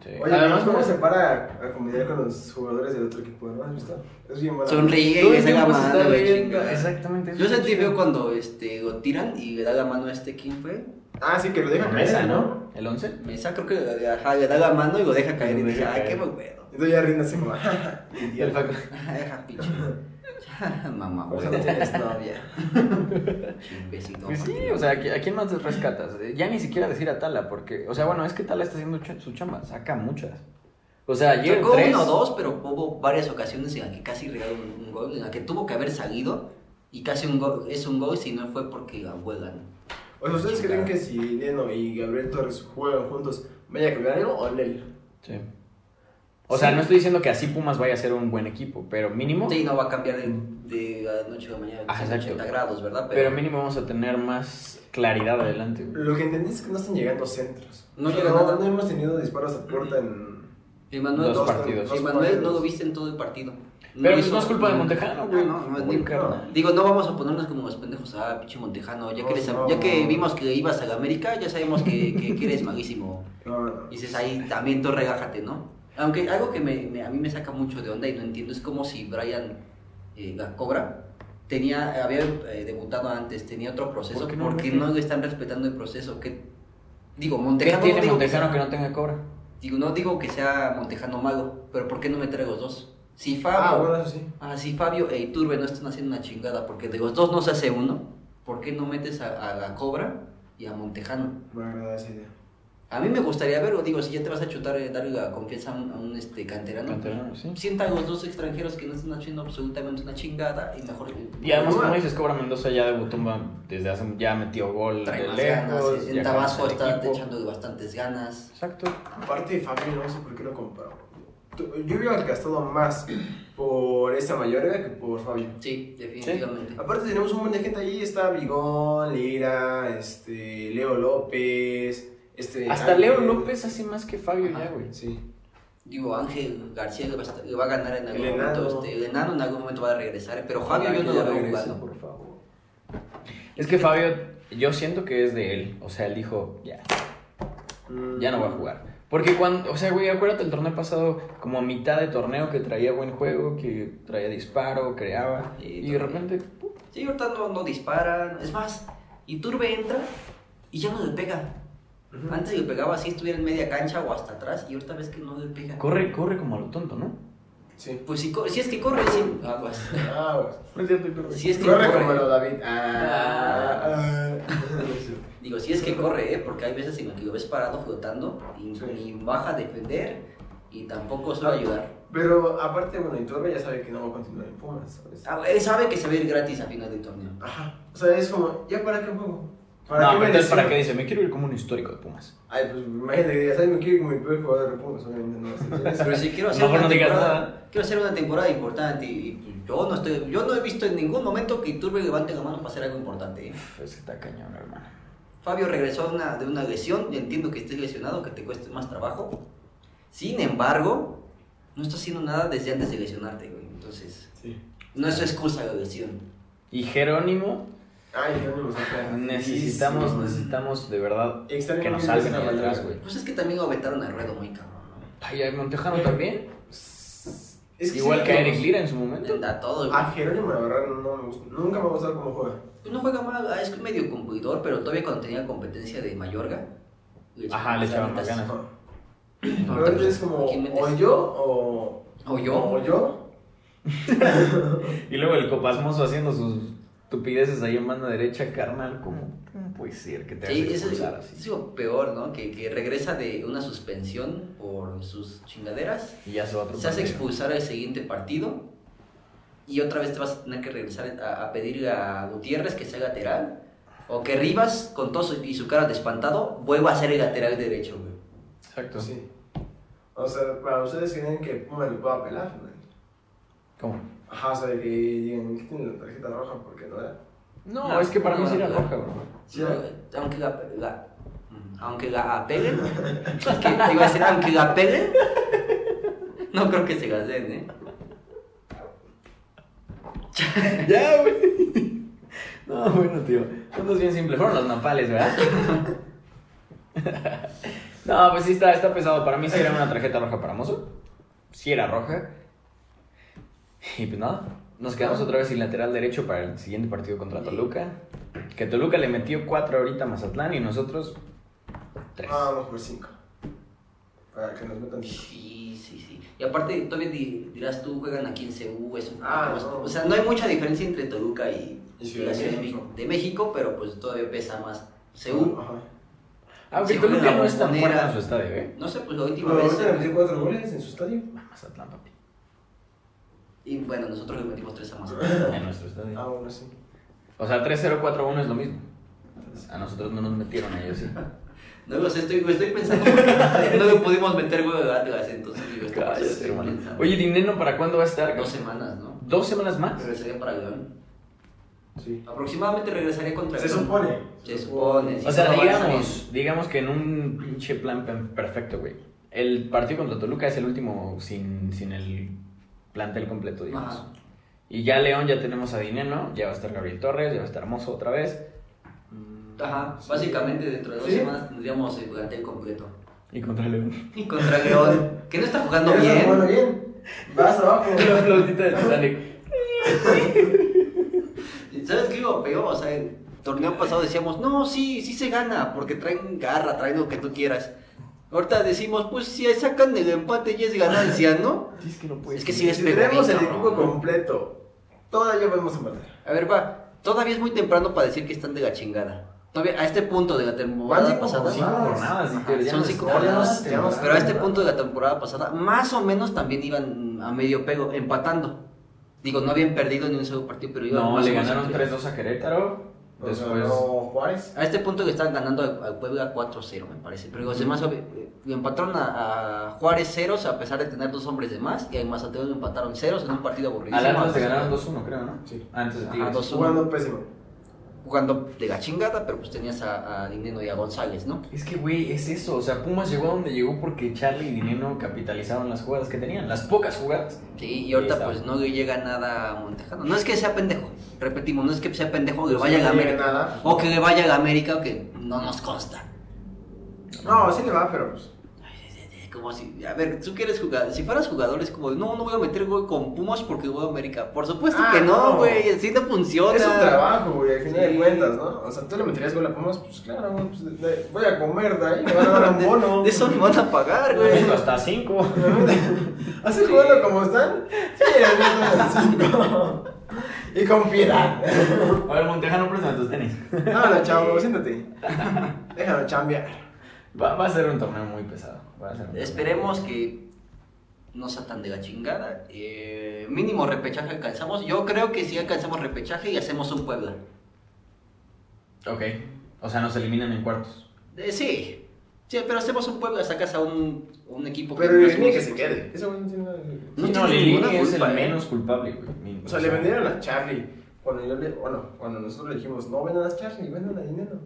Speaker 1: Sí.
Speaker 3: Oye, además, ¿cómo se para a convivir con los jugadores del otro equipo? ¿No has visto? Es bien bueno.
Speaker 2: Sonríe
Speaker 1: Todo
Speaker 2: y
Speaker 1: el
Speaker 2: se da la
Speaker 1: tiempo se
Speaker 2: mano.
Speaker 1: pues está
Speaker 2: la
Speaker 1: riendo,
Speaker 2: chingada.
Speaker 1: exactamente, eso
Speaker 2: Yo
Speaker 1: está
Speaker 2: sentí
Speaker 1: chido.
Speaker 2: feo cuando este, lo tiran y le da la mano a este, ¿quién fue?
Speaker 3: Ah, sí, que lo dejan
Speaker 1: Mesa,
Speaker 3: caer, ¿no?
Speaker 1: ¿no? ¿El 11?
Speaker 2: Mesa, creo que le, ajá, le da la mano y lo deja caer.
Speaker 1: Lo
Speaker 2: Y dije,
Speaker 1: deja
Speaker 2: ay,
Speaker 1: caer.
Speaker 2: qué buen pedo.
Speaker 3: Entonces ya rinde así como. y
Speaker 1: El Facu.
Speaker 2: Ajá, pinche. Mamá,
Speaker 3: Por
Speaker 2: güey,
Speaker 3: eso
Speaker 2: no
Speaker 3: no
Speaker 2: tienes novia. Imbécil, no,
Speaker 1: Pues sí,
Speaker 2: mames.
Speaker 1: o sea, ¿a qui- ¿a quién más rescatas? Eh, Ya ni siquiera decir a Tala, porque, o sea, bueno, es que Tala está haciendo ch- su chamba, saca muchas. O sea, ayer
Speaker 2: Tocó
Speaker 1: tres.
Speaker 2: uno o dos, pero hubo varias ocasiones en las que casi regaló un, un gol, en las que tuvo que haber salido y casi un gol, es un gol si no fue porque la huelgan.
Speaker 3: O sea, ¿ustedes creen que si Neno y Gabriel Torres juegan juntos, vaya a cambiar algo o Nel?
Speaker 1: Sí. O sea,
Speaker 2: Sí.
Speaker 1: no estoy diciendo que así Pumas vaya a ser un buen equipo, pero mínimo.
Speaker 2: Sí, no va a cambiar de, de la noche a la mañana
Speaker 1: Ah,
Speaker 2: de
Speaker 1: exacto.
Speaker 2: 80 grados, ¿verdad?
Speaker 1: Pero mínimo vamos a tener más claridad adelante. güey.
Speaker 3: Lo que entendí es que no están llegando centros.
Speaker 2: No
Speaker 3: O sea,
Speaker 2: llega nada.
Speaker 3: No hemos tenido disparos a puerta en.
Speaker 2: Emanuel,
Speaker 1: Dos
Speaker 2: no-
Speaker 1: partidos.
Speaker 2: Emanuel no lo viste en todo el partido.
Speaker 1: Pero pues
Speaker 2: hizo-
Speaker 1: no es culpa de Montejano, güey.
Speaker 2: No, no, no es
Speaker 1: Muy
Speaker 2: ni-
Speaker 1: carnal.
Speaker 2: Digo, no vamos a ponernos como los pendejos. Ah, pinche Montejano, ya que,
Speaker 3: No,
Speaker 2: eres-
Speaker 3: no,
Speaker 2: ya que
Speaker 3: no.
Speaker 2: vimos que ibas a la América, ya sabemos que, que, que eres malísimo.
Speaker 3: No, no.
Speaker 2: Y dices ahí también tú regájate, ¿no? Aunque algo que me, me- a mí me saca mucho de onda y no entiendo es como si Brian eh, la cobra tenía había eh, debutado antes, tenía otro proceso,
Speaker 1: ¿Por qué no
Speaker 2: porque
Speaker 1: mete?
Speaker 2: no le están respetando el proceso. Que, digo,
Speaker 1: ¿Qué
Speaker 2: Montejano, no
Speaker 1: tiene
Speaker 2: digo
Speaker 1: Montejano
Speaker 2: sea-
Speaker 1: que no tenga cobra?
Speaker 2: Digo, no digo que sea Montejano malo, pero ¿por qué no meter a los dos? Si
Speaker 3: Ah,
Speaker 2: Fabio,
Speaker 3: bueno, eso sí.
Speaker 2: ah, si Fabio e Iturbe no están haciendo una chingada, porque de los dos no se hace uno, ¿por qué no metes a, a la Cobra y a Montejano?
Speaker 3: Me agrada esa idea.
Speaker 2: A mí me gustaría verlo, digo, si ya te vas a chutar, eh, darle la confianza a un, a un, este, canterano.
Speaker 1: Canterano, sí.
Speaker 2: Sienta a los dos extranjeros que no están haciendo absolutamente una chingada y mejor...
Speaker 1: Y además,
Speaker 3: Bueno.
Speaker 1: como dices, Cobra Mendoza ya debutó un- desde hace. Ya metió gol
Speaker 2: trae
Speaker 1: de
Speaker 2: más
Speaker 1: lejos.
Speaker 2: ganas.
Speaker 1: ya
Speaker 2: En Tabasco
Speaker 1: conoce al
Speaker 2: está
Speaker 1: equipo.
Speaker 2: echando bastantes ganas.
Speaker 1: Exacto.
Speaker 3: Aparte, Fabio, no sé por qué lo comparó. Tú- Yo hubiera gastado más por esa mayoría que por Fabio.
Speaker 2: Sí, definitivamente.
Speaker 3: Aparte tenemos un montón de gente ahí, está Brigón, Lira, este, Leo López, este...
Speaker 1: Hasta Leo
Speaker 3: Ángel.
Speaker 1: López hace más que Fabio
Speaker 2: Ajá.
Speaker 1: ya, güey.
Speaker 3: Sí.
Speaker 2: Digo, Ángel García le va, a estar- le va a ganar en algún
Speaker 3: El
Speaker 2: momento.
Speaker 3: enano.
Speaker 2: Este, el enano en algún momento va a regresar, pero Fabio yo
Speaker 1: Ojalá
Speaker 2: no lo
Speaker 1: que ya
Speaker 2: veo
Speaker 1: regrese,
Speaker 2: jugando.
Speaker 1: por favor. Es que Fabio, yo siento que es de él. O sea, él dijo, ya, ya no va a jugar. Porque cuando, o sea, güey, acuérdate el torneo pasado, como a mitad de torneo que traía buen juego, que traía disparo, creaba.
Speaker 2: Sí,
Speaker 1: y de
Speaker 2: también.
Speaker 1: repente, ¡pum!
Speaker 2: Sí, ahorita no, no disparan. Es más, Iturbe entra y ya no le pega.
Speaker 3: Ujú.
Speaker 2: Antes le pegaba así, estuviera en media cancha o hasta atrás, y ahorita ves que no le pega.
Speaker 1: corre, corre como a lo tonto, ¿no?
Speaker 3: Sí.
Speaker 2: Pues si, co- si es que corre, sí. Aguas.
Speaker 3: Ah,
Speaker 1: No es cierto, corre.
Speaker 2: Si es que
Speaker 3: pues. Corre
Speaker 2: corre.
Speaker 1: eh.
Speaker 3: como lo David. Ah, ah.
Speaker 2: Digo, si es que corre, ¿eh? porque hay veces en las que lo ves parado flotando y,
Speaker 3: Sí.
Speaker 2: y baja a defender y tampoco suele ayudar.
Speaker 3: Pero aparte, bueno, Iturbe ya sabe que no va a continuar en Pumas, ¿sabes?
Speaker 2: Ah, Él sabe que se va a ir gratis a final de torneo.
Speaker 3: Ajá. O sea, es como, ¿ya para qué juego?
Speaker 1: No, pero
Speaker 3: me
Speaker 1: entonces, ¿para
Speaker 3: lesiono?
Speaker 1: qué dice? Me quiero ir como un histórico de Pumas.
Speaker 3: Ay, pues imagínate que digas, ay, me quiero ir como mi peor jugador de Pumas, obviamente no pues, vas a hacer
Speaker 2: Pero
Speaker 3: eso.
Speaker 2: si quiero hacer,
Speaker 1: Mejor
Speaker 2: una,
Speaker 1: no digas
Speaker 2: temporada,
Speaker 1: nada.
Speaker 2: quiero hacer una temporada importante y, y pues, yo no estoy, yo no he visto en ningún momento que Iturbe levante la mano para hacer algo importante. ¿eh?
Speaker 1: Uf, es que está cañón, hermano.
Speaker 2: Fabio regresó a una- de una lesión, entiendo que estés lesionado, que te cueste más trabajo. Sin embargo, no estás haciendo nada desde antes de lesionarte, güey. Entonces,
Speaker 3: Sí.
Speaker 2: no es excusa la lesión.
Speaker 1: Y Jerónimo,
Speaker 3: Ay, yo no lo saca.
Speaker 1: necesitamos, necesitamos de verdad
Speaker 3: Extraño
Speaker 1: que nos
Speaker 3: que
Speaker 1: salven
Speaker 3: no
Speaker 1: ahí
Speaker 3: sea
Speaker 1: atrás,
Speaker 3: Valera.
Speaker 1: güey.
Speaker 2: Pues es que también lo aventaron al ruedo muy cabrón,
Speaker 1: Ay, a Montejano también.
Speaker 3: Es que
Speaker 1: Igual
Speaker 3: sí,
Speaker 1: que a
Speaker 3: no,
Speaker 1: Eric Lira en su
Speaker 2: ¿no?
Speaker 1: momento.
Speaker 2: Le da todo,
Speaker 1: ah.
Speaker 2: güey.
Speaker 3: A Jerónimo, la verdad, no me gusta. Nunca me ha gustado cómo juega.
Speaker 2: Pues no juega mal, ah, es medio cumplidor, pero todavía cuando tenía competencia de Mayorga. le
Speaker 1: Ajá, le echaban más
Speaker 2: ganitas.
Speaker 1: ganas.
Speaker 3: No.
Speaker 2: No,
Speaker 3: Pero ahorita es como,
Speaker 2: ¿quién metes?
Speaker 3: o yo, o.
Speaker 2: O yo.
Speaker 3: O yo.
Speaker 1: Y luego el Copasmoso haciendo sus tupideces ahí en banda derecha, carnal. ¿Cómo, cómo puede ser que te hagas
Speaker 2: Sí, eso es,
Speaker 1: expulsar así?
Speaker 2: es lo peor, ¿no? Que, que regresa de una suspensión por sus chingaderas,
Speaker 1: Y ya se va a otro
Speaker 2: se hace
Speaker 1: partido.
Speaker 2: expulsar al siguiente partido y otra vez te vas a tener que regresar a, a pedirle a Gutiérrez que sea lateral o que Rivas, con todo su, y su cara de espantado, vuelva a ser el lateral derecho, güey.
Speaker 1: Exacto.
Speaker 3: Sí. O sea, para ustedes creen que Puma le pueda pelar, güey.
Speaker 1: ¿Cómo?
Speaker 3: Ajá, o sea, que digan, quiten la tarjeta roja porque no era.
Speaker 1: No,
Speaker 2: No,
Speaker 1: es que para
Speaker 2: no,
Speaker 1: mí sí era
Speaker 2: no.
Speaker 1: roja, bro.
Speaker 3: Sí.
Speaker 2: No, aunque la, la- aunque la apelen, que, te iba a decir, aunque la apelen, no creo que se la den, ¿eh?
Speaker 1: Ya, güey. No, bueno, tío. Esto es bien simple. Fueron los napales, ¿verdad? no, pues sí está, está pesado. Para mí sí era una tarjeta roja para Mozo. Sí era roja. Y pues nada. Nos quedamos otra vez sin lateral derecho para el siguiente partido contra Toluca. Que Toluca le metió cuatro ahorita a Mazatlán y nosotros tres.
Speaker 3: Ah,
Speaker 2: Ah,
Speaker 3: Vamos por 5. Para que nos metan 5.
Speaker 2: Sí, sí, sí. Y aparte, todavía di- dirás tú, juegan aquí en CU, es un
Speaker 3: Ah,
Speaker 2: poco más-
Speaker 3: no.
Speaker 2: O sea, no hay mucha diferencia entre Toluca y,
Speaker 3: Y Ciudad
Speaker 2: la
Speaker 3: de
Speaker 2: Ciudad de
Speaker 3: México.
Speaker 2: México. de México, pero pues todavía pesa más CU.
Speaker 3: Ajá.
Speaker 1: Aunque
Speaker 2: Sí,
Speaker 1: Ah, Toluca
Speaker 2: juegan a
Speaker 1: no es tan
Speaker 2: Bombonera.
Speaker 1: fuerte en su estadio, ¿eh?
Speaker 2: No sé, pues la última
Speaker 3: Pero
Speaker 2: vez...
Speaker 3: ahorita le metió 4 goles en su estadio.
Speaker 1: Mazatlán, papi.
Speaker 2: Y bueno, nosotros le metimos tres a más.
Speaker 1: En nuestro
Speaker 3: Ah,
Speaker 1: estadio.
Speaker 3: bueno, sí.
Speaker 1: O sea, 3-0-4-1 es lo mismo. A nosotros no nos metieron, a ellos sí.
Speaker 2: No lo sé, estoy, estoy pensando porque no le pudimos meter huevo de Atlas, entonces digo, este esta cosa
Speaker 1: Cállate,
Speaker 2: estoy
Speaker 1: hermano.
Speaker 2: pensando.
Speaker 1: Oye, ¿Dineno para cuándo va a estar?
Speaker 2: dos semanas, ¿no?
Speaker 1: ¿Dos semanas más?
Speaker 2: Regresaría para León.
Speaker 3: Sí.
Speaker 2: Aproximadamente regresaría contra
Speaker 3: Se
Speaker 2: León.
Speaker 3: supone.
Speaker 2: Se supone, sí.
Speaker 1: O sea,
Speaker 2: no va a
Speaker 1: digamos, digamos que en un pinche plan per- perfecto, güey. El partido contra Toluca es el último sin, sin el plantel completo, digamos.
Speaker 2: Ajá.
Speaker 1: Y ya León ya tenemos a Dineno, ya va a estar Gabriel Torres, ya va a estar Mozo otra vez.
Speaker 2: Mm. Ajá, básicamente dentro de dos
Speaker 3: Sí.
Speaker 2: semanas tendríamos el plantel completo.
Speaker 1: Y contra León.
Speaker 2: Y contra León, que no está jugando
Speaker 3: Eso, Bueno,
Speaker 2: bien.
Speaker 3: bien. Vas abajo.
Speaker 1: La flautita de Titanic.
Speaker 2: ¿Sabes qué es lo peor? O sea, el torneo pasado decíamos, no, sí, sí se gana, porque traen garra, traen lo que tú quieras. Ahorita decimos, pues si sacan el empate ya es ganancia, ¿no?
Speaker 1: Es que no
Speaker 2: Es que sí les
Speaker 3: si
Speaker 2: pegó bien,
Speaker 3: tenemos el
Speaker 2: cabrón.
Speaker 3: equipo completo, todavía podemos empatar.
Speaker 2: A ver, va, todavía es muy temprano para decir que están de la chingada. Todavía a este punto de la temporada
Speaker 3: Van como
Speaker 2: pasada.
Speaker 3: cinco
Speaker 1: Cinco jornadas,
Speaker 3: Ajá,
Speaker 1: Inter, ya
Speaker 2: son
Speaker 1: no
Speaker 2: cinco
Speaker 1: está-
Speaker 2: jornadas,
Speaker 1: ya no está-
Speaker 2: Pero a este punto de la temporada pasada, más o menos también iban a medio pego, empatando. Digo, no habían perdido ni un solo partido, pero iban
Speaker 1: No,
Speaker 2: más
Speaker 1: le
Speaker 2: o menos
Speaker 1: ganaron
Speaker 2: empatados.
Speaker 1: 3-2 a Querétaro.
Speaker 3: O sea,
Speaker 1: Después.
Speaker 3: no, Juárez.
Speaker 2: A este punto que estaban ganando al, al Puebla 4-0, me parece. Pero los demás eh, le empataron a, a Juárez ceros a pesar de tener dos hombres de más. Y al Mazateos le empataron ceros en un partido aburridísimo.
Speaker 1: Al Atlas le
Speaker 2: A-
Speaker 1: ganaron 2-1, creo, ¿no?
Speaker 3: Sí.
Speaker 1: Antes de
Speaker 2: Ajá,
Speaker 1: Tigres.
Speaker 2: dos-
Speaker 3: Jugando pésimo.
Speaker 2: Jugando de la chingada, pero pues tenías a, a Dineno y a González, ¿no?
Speaker 1: Es que, güey, es eso. O sea, Pumas llegó a donde llegó porque Charlie y Dineno capitalizaron las jugadas que tenían, las pocas jugadas.
Speaker 2: Sí, y
Speaker 1: Sí,
Speaker 2: ahorita
Speaker 1: está.
Speaker 2: pues no le llega nada a Montejano. No es que sea pendejo, repetimos, no es que sea pendejo que
Speaker 3: Sí,
Speaker 2: vaya a la
Speaker 3: no llega
Speaker 2: América.
Speaker 3: nada.
Speaker 2: O que le vaya a la América, o que no nos consta.
Speaker 3: No, sí le va, pero pues.
Speaker 2: Como si, a ver, tú quieres jugar, si fueras jugador es como, no, no voy a meter gol con Pumas porque voy a América. Por supuesto
Speaker 3: Ah,
Speaker 2: que no,
Speaker 3: no.
Speaker 2: güey, así no funciona.
Speaker 3: Es un trabajo, güey, al final
Speaker 2: Sí.
Speaker 3: de cuentas, ¿no? O sea, tú le meterías gol a Pumas, pues claro, güey, pues, de- de- voy a comer de ahí, me van a dar un bono.
Speaker 2: De, de eso me van a pagar, güey.
Speaker 1: Momento, hasta 5.
Speaker 3: ¿Así
Speaker 2: Sí.
Speaker 3: jugando como están? Sí, al menos cinco. Y con piedad.
Speaker 1: A ver, Montejano, préstame tus tenis.
Speaker 3: Háblalo, chavo, siéntate. Déjalo chambear.
Speaker 1: Va, va a ser un torneo muy pesado. Va a ser un torneo.
Speaker 2: Esperemos que no sea tan de la chingada. Eh, mínimo repechaje alcanzamos. Yo creo que si alcanzamos repechaje y hacemos un Puebla.
Speaker 1: Ok. O sea, nos eliminan en cuartos.
Speaker 2: Eh, sí. Sí, pero hacemos un pueblo, sacas a un, un equipo
Speaker 3: Pero
Speaker 2: no
Speaker 3: el
Speaker 2: es
Speaker 3: Lilini que
Speaker 2: justo.
Speaker 3: se quede. Eso no tiene nada de-
Speaker 2: No
Speaker 1: Sí,
Speaker 2: tiene
Speaker 1: Lilini
Speaker 3: ninguna
Speaker 1: es el
Speaker 3: culpa, ¿eh?
Speaker 1: menos culpable, güey.
Speaker 3: O sea, le vendieron a Charlie. Cuando yo le, bueno, cuando nosotros le dijimos, no vendan a Charlie, vendan a dinero.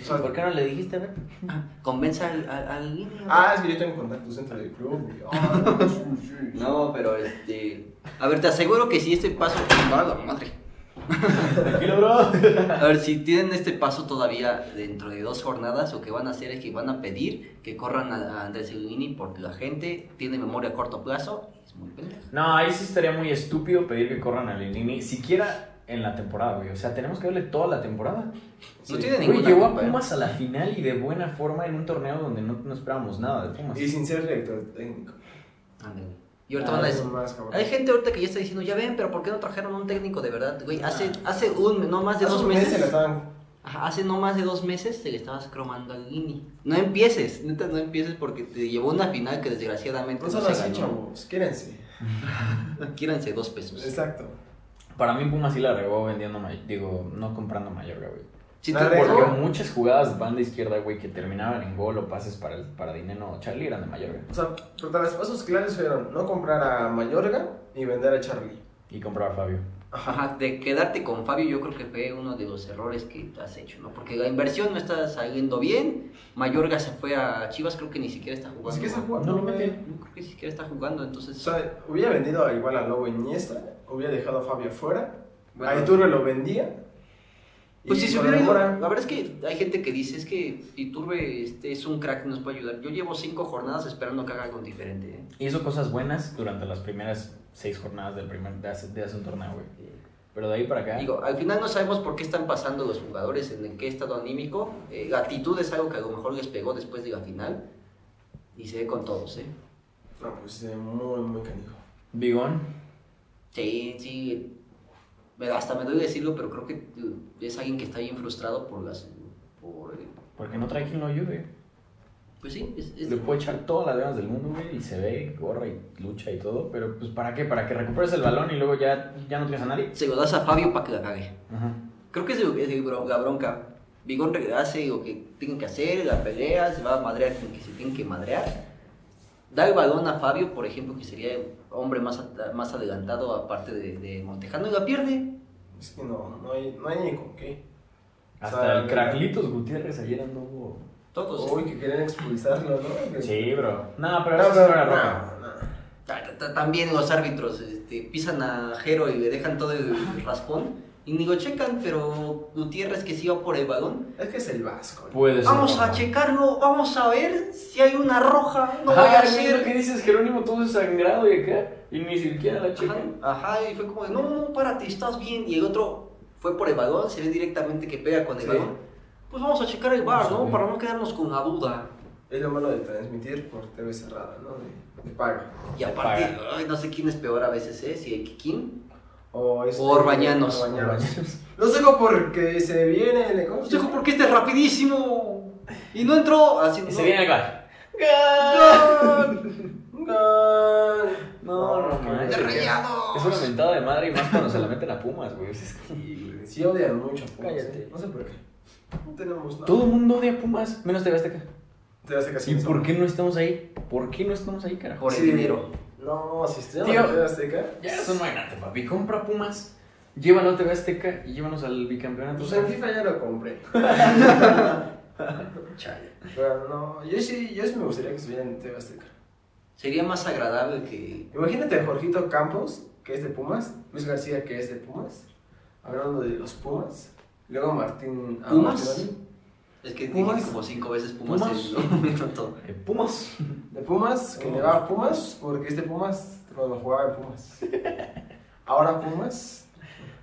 Speaker 3: O sea,
Speaker 1: ¿Por qué no le dijiste, güey?
Speaker 2: Ah, Convenza al, al, al niño.
Speaker 3: ah, es que yo tengo contactos dentro del club. y, ah, no, sí, sí, sí.
Speaker 2: No, pero este. A ver, te aseguro que si este paso. ¡Ah, la madre!
Speaker 1: Tranquilo, bro.
Speaker 2: A ver, si tienen este paso todavía dentro de dos jornadas, lo que van a hacer es que van a pedir que corran a, a Andrés Seguini porque la gente tiene memoria a corto plazo y es muy pendeja.
Speaker 1: No, ahí sí estaría muy estúpido pedir que corran a Lilini, siquiera en la temporada, güey. O sea, tenemos que darle toda la temporada.
Speaker 2: No
Speaker 3: Sí.
Speaker 2: tiene
Speaker 1: Güey,
Speaker 2: ninguna
Speaker 1: llegó a
Speaker 2: culpa, ¿eh?
Speaker 1: Pumas a la final y de buena forma en un torneo donde no, no esperábamos nada de Pumas.
Speaker 3: Y sin ser director técnico.
Speaker 2: Ándale. Y ahorita
Speaker 3: Ah,
Speaker 2: van a
Speaker 3: eso
Speaker 2: decir.
Speaker 3: más, cabrón.
Speaker 2: Hay gente ahorita que ya está diciendo, ya ven, pero ¿por qué no trajeron un técnico de verdad? Güey, hace, hace un, no más de
Speaker 3: Ah. Hace
Speaker 2: dos
Speaker 3: un mes se la
Speaker 2: meses.
Speaker 3: estaban-
Speaker 2: Ajá, hace no más de dos meses se le estabas cromando al Guini. No empieces, neta, no empieces porque te llevó una final que desgraciadamente
Speaker 3: No
Speaker 2: no,
Speaker 3: son
Speaker 2: se
Speaker 3: así,
Speaker 2: ganó.
Speaker 3: chavos. Quédense.
Speaker 2: Quírense dos pesos.
Speaker 3: Exacto.
Speaker 1: Para mí Pumas sí la regó vendiendo, May- digo, no comprando Mayorga, güey.
Speaker 2: Si
Speaker 3: La
Speaker 2: te-
Speaker 1: Porque
Speaker 3: regó.
Speaker 1: muchas jugadas banda izquierda, güey, que terminaban en gol o pases para, el, para Dinero o Charlie eran de Mayorga.
Speaker 3: O sea, pero los pasos claros fueron no comprar a Mayorga y vender a Charlie.
Speaker 1: Y compraba a Fabio.
Speaker 2: Ajá, de quedarte con Fabio yo creo que fue uno de los errores que has hecho, ¿no? Porque la inversión no está saliendo bien. Mayorga se fue a Chivas, creo Pues que ni siquiera está jugando.
Speaker 3: Así que esa
Speaker 2: No
Speaker 3: jugada.
Speaker 1: No lo
Speaker 3: güey.
Speaker 1: meten.
Speaker 2: creo que ni siquiera está jugando, entonces...
Speaker 3: O sea, hubiera vendido igual a Lobo Iniesta, hubiera dejado a Fabio afuera,
Speaker 2: Bueno.
Speaker 3: a Iturbe lo vendía.
Speaker 2: Pues si se
Speaker 3: con la
Speaker 2: hubiera ido,
Speaker 3: Mora-
Speaker 2: la verdad es que hay gente que dice, es que Iturbe este, es un crack, nos puede ayudar. Yo llevo cinco jornadas esperando que haga algo diferente. ¿eh?
Speaker 1: Hizo cosas buenas durante las primeras seis jornadas del primer, de, hace, de hace un torneo, güey.
Speaker 2: ¿eh?
Speaker 1: Pero de ahí para acá...
Speaker 2: Digo, al final no sabemos por qué están pasando los jugadores, en el qué estado anímico. Eh, la actitud es algo que a lo mejor les pegó después de la final. Y se ve con todos, ¿eh?
Speaker 3: No, pues eh, muy, muy canijo.
Speaker 1: Bigón.
Speaker 2: Sí, sí. Me- Hasta me doy decirlo, pero creo que eh, es alguien que está bien frustrado por las. Por, eh,
Speaker 1: Porque no trae quien lo ayude.
Speaker 2: pues sí, es, es-
Speaker 1: Le puede echar todas las ganas del mundo, güey, y se ve, corre y lucha y todo. Pero, pues, ¿para qué? Para que recuperes el balón y luego ya, ya no tienes a nadie.
Speaker 2: se lo das a Fabio para que la cague.
Speaker 1: Ajá.
Speaker 2: Creo que es, el- es el bro- la bronca. Vigón hace lo que tienen que hacer, la pelea, se va a madrear con que se tienen que madrear. Da el balón a Fabio, por ejemplo, que sería el hombre más, at- más adelantado aparte de, de Montejano, y la pierde.
Speaker 3: Es que no, no hay, no hay ni con qué.
Speaker 1: Hasta
Speaker 3: O sea,
Speaker 1: el Craclitos Gutiérrez ayer anduvo.
Speaker 2: Todos.
Speaker 3: Uy, que querían expulsarlo, ¿no?
Speaker 1: Sí, bro. No, pero eso
Speaker 3: pero no,
Speaker 1: es
Speaker 3: no,
Speaker 1: fuera
Speaker 3: no,
Speaker 1: roja.
Speaker 3: no.
Speaker 2: Ta- ta- ta- También los árbitros este, pisan a Jero y le dejan todo el raspón. Y ni lo checan, pero Gutiérrez que sí va por el balón.
Speaker 3: Es que es el vasco. ¿no?
Speaker 1: Puede ser.
Speaker 2: Vamos a
Speaker 1: roja.
Speaker 2: checarlo, vamos a ver si hay una roja. No
Speaker 1: Ajá,
Speaker 2: vaya a
Speaker 1: es
Speaker 2: ser.
Speaker 1: lo que dices, Jerónimo, todo sangrado y acá, y ni siquiera la checa.
Speaker 2: Ajá, ajá, y fue como de, no, no, párate, estás bien. Y el otro fue por el balón, se ve directamente que pega con el
Speaker 3: Sí.
Speaker 2: balón. Pues vamos a checar el bar,
Speaker 1: Vamos a
Speaker 2: ¿no?
Speaker 1: ver.
Speaker 2: Para no quedarnos con la duda.
Speaker 3: Es lo malo de transmitir por TV cerrada, ¿no? De, de paga.
Speaker 2: Y aparte, ay, no sé quién es peor a veces, ¿eh? Si el Kikín.
Speaker 3: O este-
Speaker 2: Orbañanos.
Speaker 3: Orbañanos. Lo seco porque se viene el ¿cómo
Speaker 2: No
Speaker 3: se
Speaker 2: sé
Speaker 3: llama?
Speaker 2: por qué este es rapidísimo. Y no entró así.
Speaker 1: Y
Speaker 2: no.
Speaker 1: se viene acá.
Speaker 3: ¡Gol! ¡Gol!
Speaker 1: No, no, manches.
Speaker 2: ¡Rayados!
Speaker 1: Es una mentada de madre y más cuando se la meten a Pumas, güey. Es que-
Speaker 3: Sí odian mucho a Pumas,
Speaker 1: Cállate.
Speaker 3: ¿eh? No sé por qué. No tenemos nada.
Speaker 1: Todo el mundo odia a Pumas, menos TV Azteca.
Speaker 3: Te vas a casar
Speaker 1: ¿Y
Speaker 3: con
Speaker 1: por
Speaker 3: Sama.
Speaker 1: qué no estamos ahí? ¿Por qué no estamos ahí, carajo?
Speaker 2: Por el
Speaker 3: Sí.
Speaker 2: dinero.
Speaker 3: No, si estudiamos
Speaker 1: Tío.
Speaker 3: en TV Azteca.
Speaker 1: Ya eres un magnate, papi. Compra Pumas, llévalo a TV Azteca y llévanos al bicampeonato.
Speaker 3: Pues en FIFA ya lo compré.
Speaker 2: Chale.
Speaker 3: Pero no, yo sí, yo sí me gustaría que estuviera en TV Azteca.
Speaker 2: Sería más agradable que.
Speaker 3: Imagínate a Jorgito Campos, que es de Pumas, Luis García, que es de Pumas, hablando de los Pumas, luego Martín... ah,
Speaker 2: ¿Pumas?
Speaker 3: Martín
Speaker 2: Es que
Speaker 3: Pumas.
Speaker 2: dije como cinco veces Pumas,
Speaker 1: Pumas.
Speaker 2: en un minuto.
Speaker 1: Eh, Pumas.
Speaker 3: Dani, De Pumas, que le va a Pumas, porque es de Pumas cuando jugaba en Pumas. Ahora Pumas,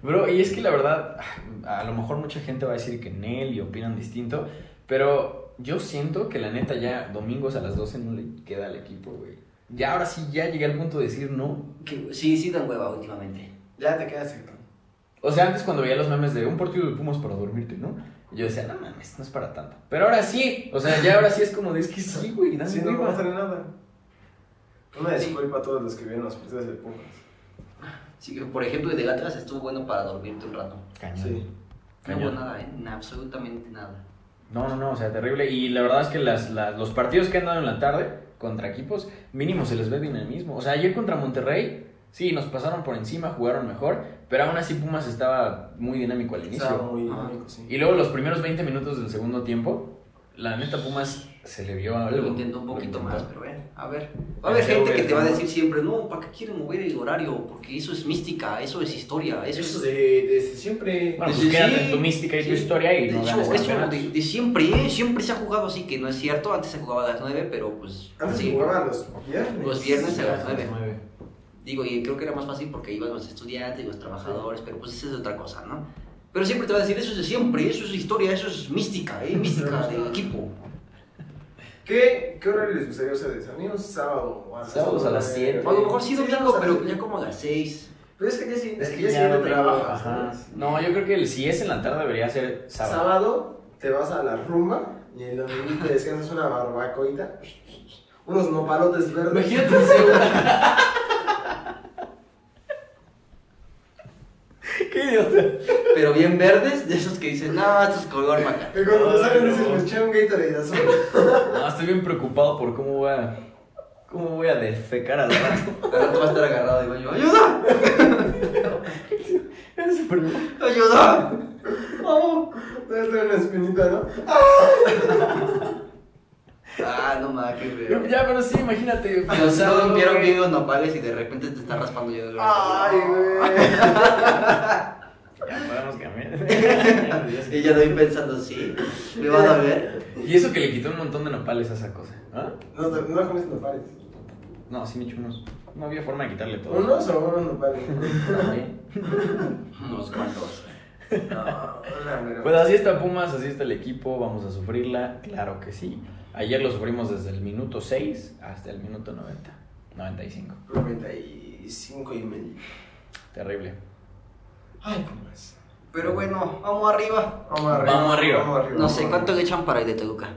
Speaker 1: Bro, y es que la verdad, a lo mejor mucha gente va a decir que en él y opinan distinto, pero yo siento que la neta ya domingos a las 12 no le queda al equipo, güey. Ya ahora sí, ya llegué al punto de decir no.
Speaker 2: Que- Sí, sí dan hueva últimamente.
Speaker 3: ya te quedas aquí.
Speaker 1: O sea, antes cuando veía los memes de un partido de Pumas para dormirte, ¿no? Yo decía, no mames, no es para tanto. Pero ahora sí, o sea, ya ahora sí es como de, es que sí, güey, dan
Speaker 3: Sí, no
Speaker 1: hueva.
Speaker 3: vamos a hacer nada. Una
Speaker 2: Sí.
Speaker 3: disculpa a todos los que vieron las partidas de Pumas.
Speaker 2: Sí, por ejemplo, el del Atlas estuvo bueno para dormirte un rato.
Speaker 1: Cañón.
Speaker 3: Sí.
Speaker 2: No
Speaker 1: Cañón.
Speaker 2: hubo nada, ¿eh? Na- absolutamente nada.
Speaker 1: No, no, no, o sea, terrible. Y la verdad es que las, las- los partidos que han dado en la tarde contra equipos, mínimo se les ve dinamismo. O sea, ayer contra Monterrey, sí, nos pasaron por encima, jugaron mejor, pero aún así Pumas estaba muy dinámico al inicio.
Speaker 3: Estaba muy
Speaker 2: Ajá.
Speaker 3: dinámico, sí.
Speaker 1: Y luego los primeros 20 minutos del segundo tiempo, la neta Pumas se le vio algo.
Speaker 2: Lo intentó un
Speaker 1: Lo
Speaker 2: poquito
Speaker 1: intentó.
Speaker 2: más, pero bueno, a ver. Va a
Speaker 1: El
Speaker 2: haber gente
Speaker 1: CV
Speaker 2: que te va a
Speaker 1: como-
Speaker 2: decir siempre, no, ¿para qué quieren mover el horario? Porque eso es mística, eso es historia, eso,
Speaker 3: Eso
Speaker 2: es...
Speaker 3: de, desde siempre.
Speaker 1: Bueno, pues
Speaker 2: Sí,
Speaker 1: quédate
Speaker 2: sí,
Speaker 1: en tu mística y tu
Speaker 2: sí.
Speaker 1: historia y
Speaker 2: De
Speaker 1: no
Speaker 2: hecho,
Speaker 1: ganas
Speaker 2: eso
Speaker 1: campeonatos.
Speaker 2: de, de siempre, ¿eh? siempre se ha jugado así, que no es cierto. Antes se jugaba a las 9, pero pues.
Speaker 3: Antes
Speaker 2: sí.
Speaker 3: jugaban los viernes.
Speaker 2: Los viernes a las 9.
Speaker 1: Nueve.
Speaker 2: Digo, y creo que era más fácil porque iban los estudiantes, los trabajadores, pero pues esa es otra cosa, ¿no? Pero siempre te va a decir, eso es de siempre, eso es historia, eso es mística, ¿eh? Mística de equipo.
Speaker 3: ¿Qué, ¿Qué horario les gustaría ustedes? A mí un sábado. o las
Speaker 1: Sábados a las
Speaker 3: nueve.
Speaker 1: siete.
Speaker 2: O a lo mejor sí domingo,
Speaker 3: sábados a las
Speaker 2: pero
Speaker 3: siete.
Speaker 2: ya como a las 6.
Speaker 3: Pero es que ya sí,
Speaker 1: Es que
Speaker 3: ya
Speaker 1: ya no
Speaker 3: siempre
Speaker 1: tengo-
Speaker 3: trabajas.
Speaker 1: ajá.
Speaker 3: ¿sabes?
Speaker 1: No, yo creo que el, si es en la tarde debería ser sábado.
Speaker 3: Sábado te vas a la rumba y el domingo te descansas una barbacoita, unos nopalotes verdes.
Speaker 1: Imagínate un segundo. Qué idiota.
Speaker 2: Pero bien verdes, de esos que dicen, no, esto es color maca.
Speaker 3: Que cuando te salen
Speaker 1: Ay,
Speaker 3: dices,
Speaker 1: no.
Speaker 3: me eché un Gatorade azul.
Speaker 1: No, estoy bien preocupado por cómo voy a. cómo voy a defecar al rato.
Speaker 2: Al rato va a estar agarrado y va a llorar, ¡ayuda!
Speaker 1: Es súper mal.
Speaker 2: ¡Ayuda!
Speaker 3: ¡Oh! Debe tener una espinita, ¿no?
Speaker 2: Ah, no mames, qué feo.
Speaker 1: Ya, pero sí, imagínate.
Speaker 2: No, Ah, no
Speaker 1: sábado,
Speaker 2: rompieron
Speaker 1: güey.
Speaker 2: bien los nopales y de repente te está raspando yo.
Speaker 3: ¡Ay, güey!
Speaker 1: Ya podemos cambiar.
Speaker 2: Y ya doy pensando, sí, me van a ver.
Speaker 1: y eso que le quitó un montón de nopales a esa cosa. ¿Ah?
Speaker 3: No, te- no comes nopales.
Speaker 1: No, sí me echó unos. No había forma de quitarle todo.
Speaker 3: ¿Unos o unos nopales?
Speaker 1: También.
Speaker 2: Unos cuantos.
Speaker 3: No, una mera-
Speaker 1: Pues así está Pumas, así está el equipo, vamos a sufrirla, claro que sí. Ayer lo sufrimos desde el minuto 6 hasta el minuto 90, 95.
Speaker 3: 95 y medio.
Speaker 1: Terrible.
Speaker 3: Ay, ¿cómo es?
Speaker 2: Pero bueno, vamos arriba.
Speaker 3: Vamos arriba.
Speaker 1: Vamos arriba.
Speaker 2: No sé
Speaker 3: vamos
Speaker 2: cuánto
Speaker 3: arriba.
Speaker 2: le echan para el de Toluca.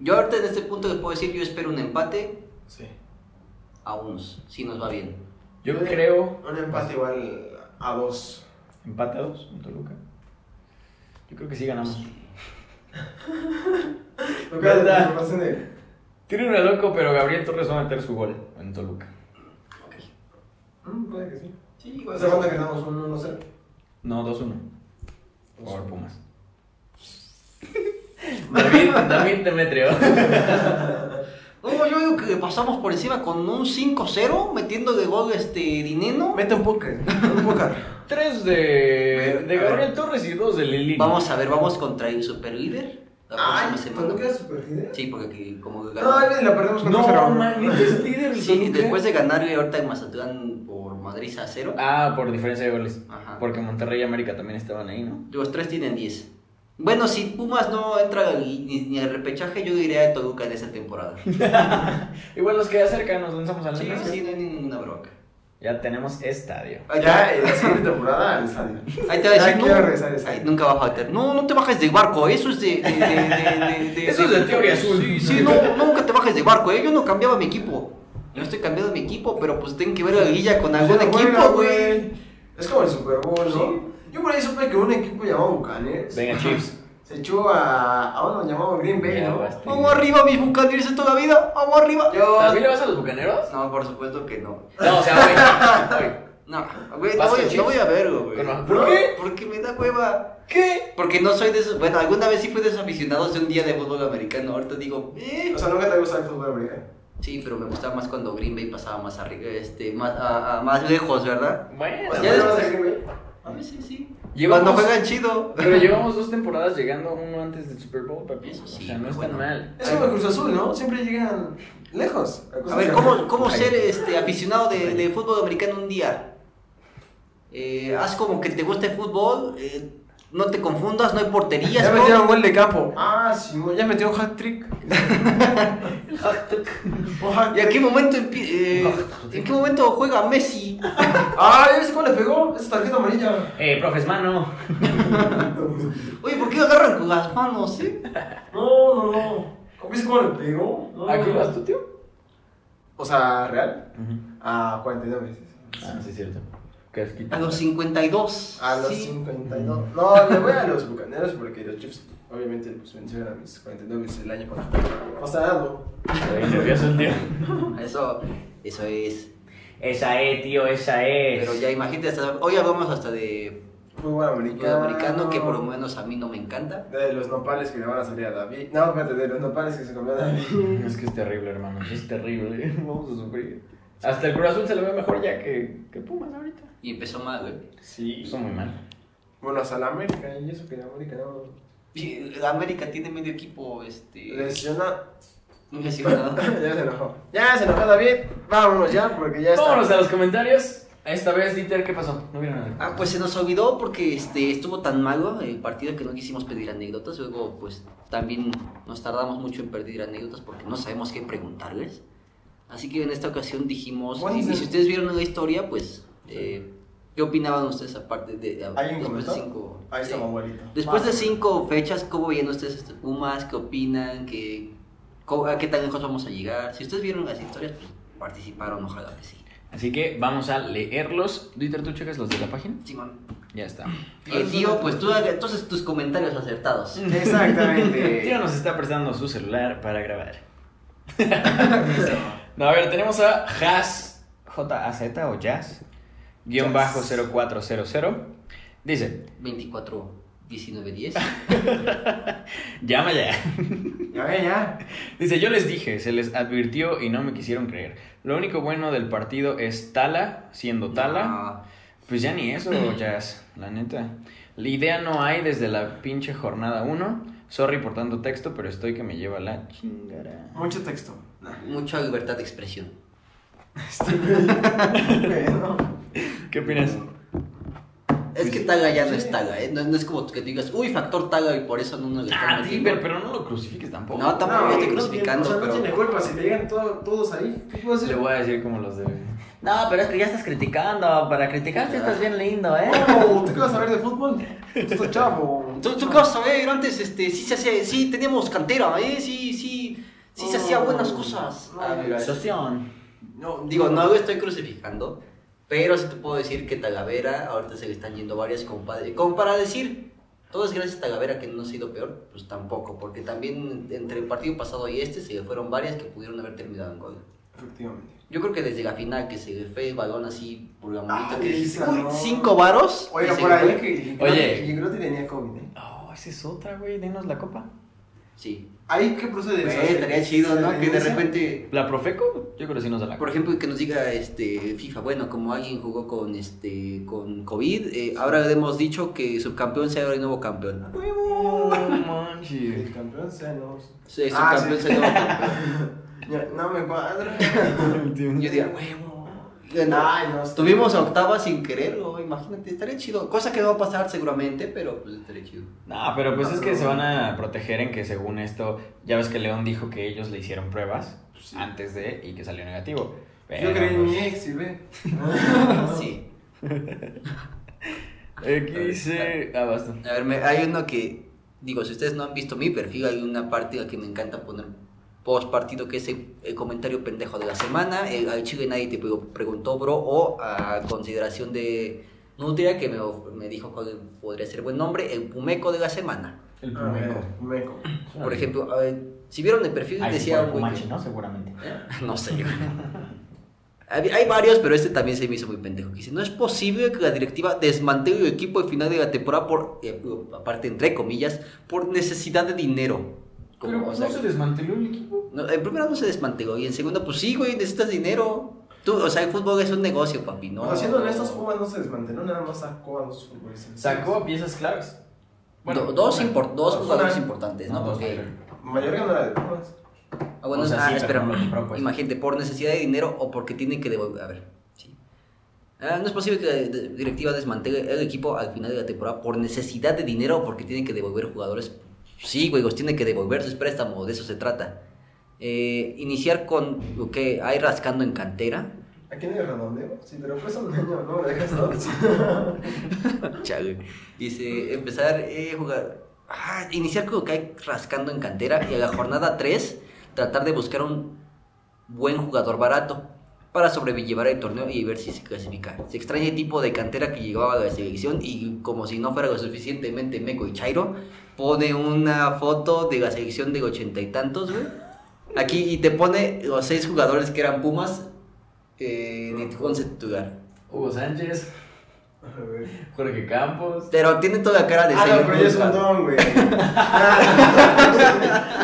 Speaker 2: Yo ahorita en este punto les puedo decir, yo espero un empate
Speaker 3: Sí.
Speaker 2: a unos, si nos va bien.
Speaker 1: Yo
Speaker 3: Yo-
Speaker 1: creo
Speaker 3: Un empate igual a dos.
Speaker 1: empate a dos en Toluca. Yo creo que sí ganamos.
Speaker 3: No
Speaker 1: ¿Verdad?
Speaker 3: queda que me pasen el-
Speaker 1: Tiene una loco, pero Gabriel Torres va a meter su gol en Toluca.
Speaker 3: Mm, puede que sí.
Speaker 2: Sí, igual.
Speaker 3: Esa banda que estamos un 1-0.
Speaker 1: No, 2-1. Por Pumas. David, David Demetrio.
Speaker 2: No, yo digo que pasamos por encima con un 5-0, metiendo de gol este dinero.
Speaker 3: Mete un póker. Un póker.
Speaker 1: Tres de, de Gabriel Torres y dos de Lili.
Speaker 2: Vamos a ver, vamos contra el super líder la próxima
Speaker 3: Ay,
Speaker 2: semana.
Speaker 3: ¿cuándo queda super líder?
Speaker 2: Sí, porque aquí como que
Speaker 3: No,
Speaker 2: ganó.
Speaker 3: ahí la perdemos con
Speaker 1: No,
Speaker 3: 3-0.
Speaker 1: man, neta es líder. el
Speaker 2: Sí,
Speaker 1: Toluca.
Speaker 2: después de ganarle ahorita en Mazatlán por Madrid a 0.
Speaker 1: Ah, por diferencia de goles.
Speaker 2: Ajá.
Speaker 1: Porque Monterrey y América también estaban ahí, ¿no?
Speaker 2: Los tres tienen 10. Bueno, si Pumas no entra ni, ni al repechaje, yo diría a Toluca en esa temporada. Sí,
Speaker 1: Igual los queda cerca, nos lanzamos al menos.
Speaker 2: sí, no hay ninguna bronca.
Speaker 1: Ya tenemos estadio.
Speaker 2: Ahí te,
Speaker 3: Ya, eh, en la siguiente temporada al estadio.
Speaker 2: ahí te va a
Speaker 3: Ya
Speaker 2: decir,
Speaker 3: quiero
Speaker 2: no,
Speaker 3: regresar a esa.
Speaker 2: ay, nunca va a faltar. No, no te bajes de barco, eso es de... de- de- de- de-
Speaker 1: Eso es de teoría azul.
Speaker 2: Sí, sí, no, nunca te bajes de barco, ¿eh? yo no cambiaba mi equipo. Yo estoy cambiando mi equipo, pero pues tengo que ver la liguilla con algún
Speaker 3: Ya
Speaker 2: equipo,
Speaker 3: juega,
Speaker 2: güey.
Speaker 3: Es como el Super Bowl, ¿no?
Speaker 2: Sí.
Speaker 3: Yo por ahí supe que un equipo llamado Bucanes
Speaker 1: Venga, Chiefs.
Speaker 3: se echó a, a uno llamado Green Bay,
Speaker 1: Ya
Speaker 3: ¿no?
Speaker 1: basta.
Speaker 2: Vamos arriba, mis bucaneros de toda la vida. Vamos arriba.
Speaker 1: ¿También le vas a los bucaneros?
Speaker 2: No, por supuesto que no.
Speaker 1: No, o sea, hoy. hoy.
Speaker 2: No, güey, no
Speaker 1: ¿Vas
Speaker 2: voy,
Speaker 1: con
Speaker 2: no
Speaker 1: Chiefs?
Speaker 2: voy a verlo, güey.
Speaker 1: Con-
Speaker 3: ¿Por qué?
Speaker 2: Porque me da hueva.
Speaker 1: ¿Qué?
Speaker 2: Porque no soy de esos. Bueno, alguna vez sí fui de esos aficionados de un día de fútbol americano. Ahorita digo, eh.
Speaker 3: O sea, nunca te gusta el fútbol americano.
Speaker 2: Sí, pero me gustaba más cuando Green Bay pasaba más arriba, este, más, a, a- más lejos, ¿verdad?
Speaker 1: Bueno,
Speaker 3: O sea,
Speaker 2: Ya
Speaker 3: ¿no le
Speaker 2: después-
Speaker 3: vas a Green Bay?
Speaker 2: A mí sí, sí.
Speaker 1: Llevamos-
Speaker 2: Cuando juegan chido.
Speaker 1: pero llevamos dos temporadas llegando a uno antes del Super Bowl, papi.
Speaker 2: Eso sí,
Speaker 1: o sea, no es
Speaker 2: bueno.
Speaker 1: tan mal.
Speaker 3: Es como el Cruz Azul, ¿no? Siempre llegan lejos.
Speaker 2: A ver, ¿cómo, cómo ser este, aficionado de, de fútbol americano un día? Eh, haz como que te gusta el fútbol, eh, no te confundas, no hay porterías.
Speaker 3: Ya
Speaker 2: ¿no?
Speaker 3: metieron gol de campo. Ah, Simón, ya metió un hat-trick. Un hat-trick.
Speaker 2: ¿Y a qué momento, empie- eh, en qué momento juega Messi?
Speaker 3: Ah, ¿ya ves cómo le pegó? Esa tarjeta amarilla.
Speaker 1: Eh, profes, mano.
Speaker 2: Oye, ¿por qué agarran con las manos? eh?
Speaker 3: No, no, no. ¿Cómo ¿Ves cómo le pegó? No,
Speaker 1: ¿A Ah, qué
Speaker 3: no.
Speaker 1: vas tú, tío?
Speaker 3: O sea, ¿real? A 49 veces.
Speaker 1: Ah, sí, es cierto. Casquito.
Speaker 2: A los 52.
Speaker 3: A los
Speaker 2: sí.
Speaker 3: 52. No, le voy a los bucaneros porque los Chiefs, obviamente, pues vencieron a mis 49 el año pasado.
Speaker 1: Ay, nervioso el tío.
Speaker 2: Eso, eso es.
Speaker 1: Esa es, tío, esa E. es.
Speaker 2: Pero ya imagínate, hasta- hoy hablamos hasta de
Speaker 3: Fútbol
Speaker 2: fútbol
Speaker 3: americano.
Speaker 2: americano, que por lo menos a mí no me encanta.
Speaker 3: De los nopales que le van a salir a David. No, espérate, de los nopales que se comió David.
Speaker 1: Es que es terrible, hermano. sí Es terrible. Vamos a sufrir. Hasta el Cruz Azul se le ve mejor ya que, que Pumas ahorita.
Speaker 2: Y empezó mal, güey.
Speaker 3: Sí.
Speaker 1: Son muy mal.
Speaker 3: Bueno, hasta la América, y eso que la América no.
Speaker 2: Y la América tiene medio equipo, este.
Speaker 3: Lesiona.
Speaker 2: No lesionado.
Speaker 3: ya se enojó. Ya se enojó David. Vámonos ya, porque ya está.
Speaker 1: Vámonos a los comentarios. Esta vez, Dieter, ¿qué pasó? No vieron nada.
Speaker 2: Ah, pues se nos olvidó porque este, estuvo tan malo el partido que no quisimos pedir anécdotas. Luego, pues también nos tardamos mucho en pedir anécdotas porque no sabemos qué preguntarles. Así que en esta ocasión dijimos,
Speaker 3: Bueno,
Speaker 2: y,
Speaker 3: sí.
Speaker 2: y si ustedes vieron la historia, pues, eh, ¿qué opinaban ustedes aparte de... de-
Speaker 3: ¿Alguien comentó?
Speaker 2: cinco,
Speaker 3: Ahí está
Speaker 2: sí.
Speaker 3: mi abuelito.
Speaker 2: Después de
Speaker 3: Va.
Speaker 2: cinco fechas, ¿cómo vienen ustedes este Pumas? ¿Qué opinan? ¿Qué, cómo- ¿A qué tan lejos vamos a llegar? Si ustedes vieron las historias, pues, participaron, ojalá que sí.
Speaker 1: Así que vamos a leerlos. Dieter, ¿tú checas los de la página?
Speaker 2: Simón.
Speaker 1: Ya está.
Speaker 2: Eh, tío, pues tú, haga- entonces tus comentarios acertados.
Speaker 3: Exactamente.
Speaker 1: Tío nos está prestando su celular para grabar. No, a ver, tenemos a Jazz, J-A-Z o Jazz, guión bajo 0400. Dice,
Speaker 2: 24, 19, 10.
Speaker 1: llama ya.
Speaker 3: Ya ve, ya.
Speaker 1: Dice, yo les dije, se les advirtió y no me quisieron creer. Lo único bueno del partido es Tala, siendo Tala. Pues ya ni eso, Jazz, la neta. La idea no hay desde la pinche jornada 1. Sorry por tanto texto, pero estoy que me lleva la chingara.
Speaker 3: Mucho texto. Nah.
Speaker 2: Mucha libertad de expresión.
Speaker 3: Estoy bueno.
Speaker 1: ¿Qué opinas?
Speaker 2: Es que Taga ya no es Taga, ¿eh? No, no es como que digas, uy, factor Taga y por eso no nos lo están
Speaker 1: Ah,
Speaker 2: metiendo".
Speaker 1: Tiber, pero no lo crucifiques tampoco.
Speaker 2: No, tampoco yo estoy
Speaker 3: no
Speaker 2: crucificando,
Speaker 3: tiene- o sea,
Speaker 2: pero-
Speaker 3: no tiene culpa si te llegan todo- todos ahí. ¿Qué puedo hacer?
Speaker 1: Le voy a decir como los de...
Speaker 4: No, pero es que ya estás criticando. Para criticar sí estás bien lindo, ¿eh?
Speaker 3: Oh, ¿tú qué vas a ver de fútbol? Tú estás chavo.
Speaker 2: ¿Tú, tú qué vas a ver? Antes este, sí se hacía, sí teníamos cantera, ¿eh? Sí, sí, sí se hacía buenas cosas.
Speaker 3: Ah, mira.
Speaker 4: Soción.
Speaker 3: No,
Speaker 2: Digo, no lo estoy crucificando, pero sí te puedo decir que Talavera, ahorita se le están yendo varias compadres. Como para decir, todo es gracias a Talavera que no ha sido peor, pues tampoco, porque también entre el partido pasado y este se le fueron varias que pudieron haber terminado en gol.
Speaker 3: Efectivamente.
Speaker 2: Yo creo que desde la final que se le fue el balón así por la manita,
Speaker 3: Ah,
Speaker 2: que dices,
Speaker 3: esa,
Speaker 2: "Uy,
Speaker 3: no".
Speaker 2: cinco varos.
Speaker 3: Oiga,
Speaker 2: y se
Speaker 3: por
Speaker 2: le
Speaker 3: ahí
Speaker 2: fue.
Speaker 3: que
Speaker 1: Oye.
Speaker 3: Yo creo que tenía COVID, ¿eh?
Speaker 1: Oh, esa es otra, güey. Denos la copa.
Speaker 2: Sí.
Speaker 3: Ahí que procede.
Speaker 2: Güey,
Speaker 3: O sea,
Speaker 2: estaría chido,
Speaker 3: Pues, se
Speaker 2: ¿no? Que de
Speaker 3: denuncia.
Speaker 2: repente...
Speaker 1: ¿La Profeco? Yo creo que sí nos da la
Speaker 2: Por
Speaker 1: copa.
Speaker 2: ejemplo, que nos diga este FIFA, bueno, como alguien jugó con este con COVID, eh, ahora hemos dicho que subcampeón sea ahora el nuevo campeón.
Speaker 1: No
Speaker 3: El
Speaker 1: manches.
Speaker 3: campeón sea no.
Speaker 2: Sí,
Speaker 3: Ah,
Speaker 2: subcampeón
Speaker 3: sí.
Speaker 2: sea el nuevo campeón.
Speaker 3: Ya, No me cuadra.
Speaker 2: Yo diría, huevo.
Speaker 3: Ay, no. está-
Speaker 2: Tuvimos a octava sin quererlo, imagínate, estaría chido. Cosa que no va a pasar seguramente, pero pues estaría chido.
Speaker 1: No, pero pues es que se van a proteger en que según esto, ya ves que León dijo que ellos le hicieron pruebas
Speaker 3: Sí.
Speaker 1: antes de y que salió negativo. Pero,
Speaker 3: Yo creí en
Speaker 1: pues,
Speaker 3: mi ex y ve.
Speaker 2: Sí.
Speaker 1: Aquí dice. Ah, basta.
Speaker 2: A ver, me- hay uno que, digo, si ustedes no han visto mi perfil, hay una partida que me encanta poner post partido, que es el, el comentario pendejo de la semana. El, al chile nadie te pre- preguntó, bro, o a consideración de Nutria, que me, of- me dijo cuál podría ser buen nombre, el pumeco de la semana.
Speaker 1: El
Speaker 3: A ver, Meco.
Speaker 2: Por ejemplo, a ver, si vieron el perfil, decía un güey que-
Speaker 1: ¿no? Seguramente.
Speaker 2: ¿Eh? No sé. güey. Hay hay varios, pero este también se me hizo muy pendejo. que Dice, no es posible que la directiva desmantele el equipo al final de la temporada por, eh, aparte entre comillas, por necesidad de dinero. Como, o sea,
Speaker 1: desmanteló el equipo.
Speaker 2: no, en primera no se desmanteló y en segunda, pues sí, güey, necesitas dinero. Tú, o sea, el fútbol es un negocio, papi, ¿no?
Speaker 3: No, siendo honestos, Pumas no se desmanteló, nada más sacó a los futbolistas.
Speaker 1: Sacó piezas claves.
Speaker 2: Do- dos,
Speaker 1: una.
Speaker 2: impor- dos
Speaker 3: Una.
Speaker 2: jugadores importantes, ¿no?
Speaker 1: No, pues, dos,
Speaker 2: Porque-
Speaker 1: pero-
Speaker 3: Mayorga no era de Pumas.
Speaker 2: Ah, bueno,
Speaker 1: O sea,
Speaker 2: ah,
Speaker 1: sí, pero
Speaker 2: espera.
Speaker 1: no lo compró, pues.
Speaker 2: Imagínate, por necesidad de dinero o porque tienen que devolver. A ver, sí. Ah, no es posible que la de- directiva desmantele el equipo al final de la temporada por necesidad de dinero o porque tienen que devolver jugadores. Sí, güey, los tienen que devolver sus préstamos, de eso se trata. Eh, iniciar con lo que hay rascando en cantera.
Speaker 3: ¿A quién le redondeo? Si te lo ofrecen un año, no me dejas dos.
Speaker 2: Chale. Dice, empezar eh, jugar. Ah, iniciar con lo que hay rascando en cantera y a la jornada 3 tratar de buscar un buen jugador barato. para sobrellevar el torneo y ver si se clasifica. Se extraña el tipo de cantera que llegaba a la selección y como si no fuera lo suficientemente meco y chairo, pone una foto de la selección de ochenta y tantos, güey. Aquí y te pone los seis jugadores que eran Pumas eh, en el once titular.
Speaker 1: Hugo Sánchez,
Speaker 3: A ver.
Speaker 1: Jorge Campos.
Speaker 2: Pero tiene toda cara de
Speaker 3: Ah,
Speaker 2: señor
Speaker 3: no, pero ya es un
Speaker 2: Pumas.
Speaker 3: don, güey.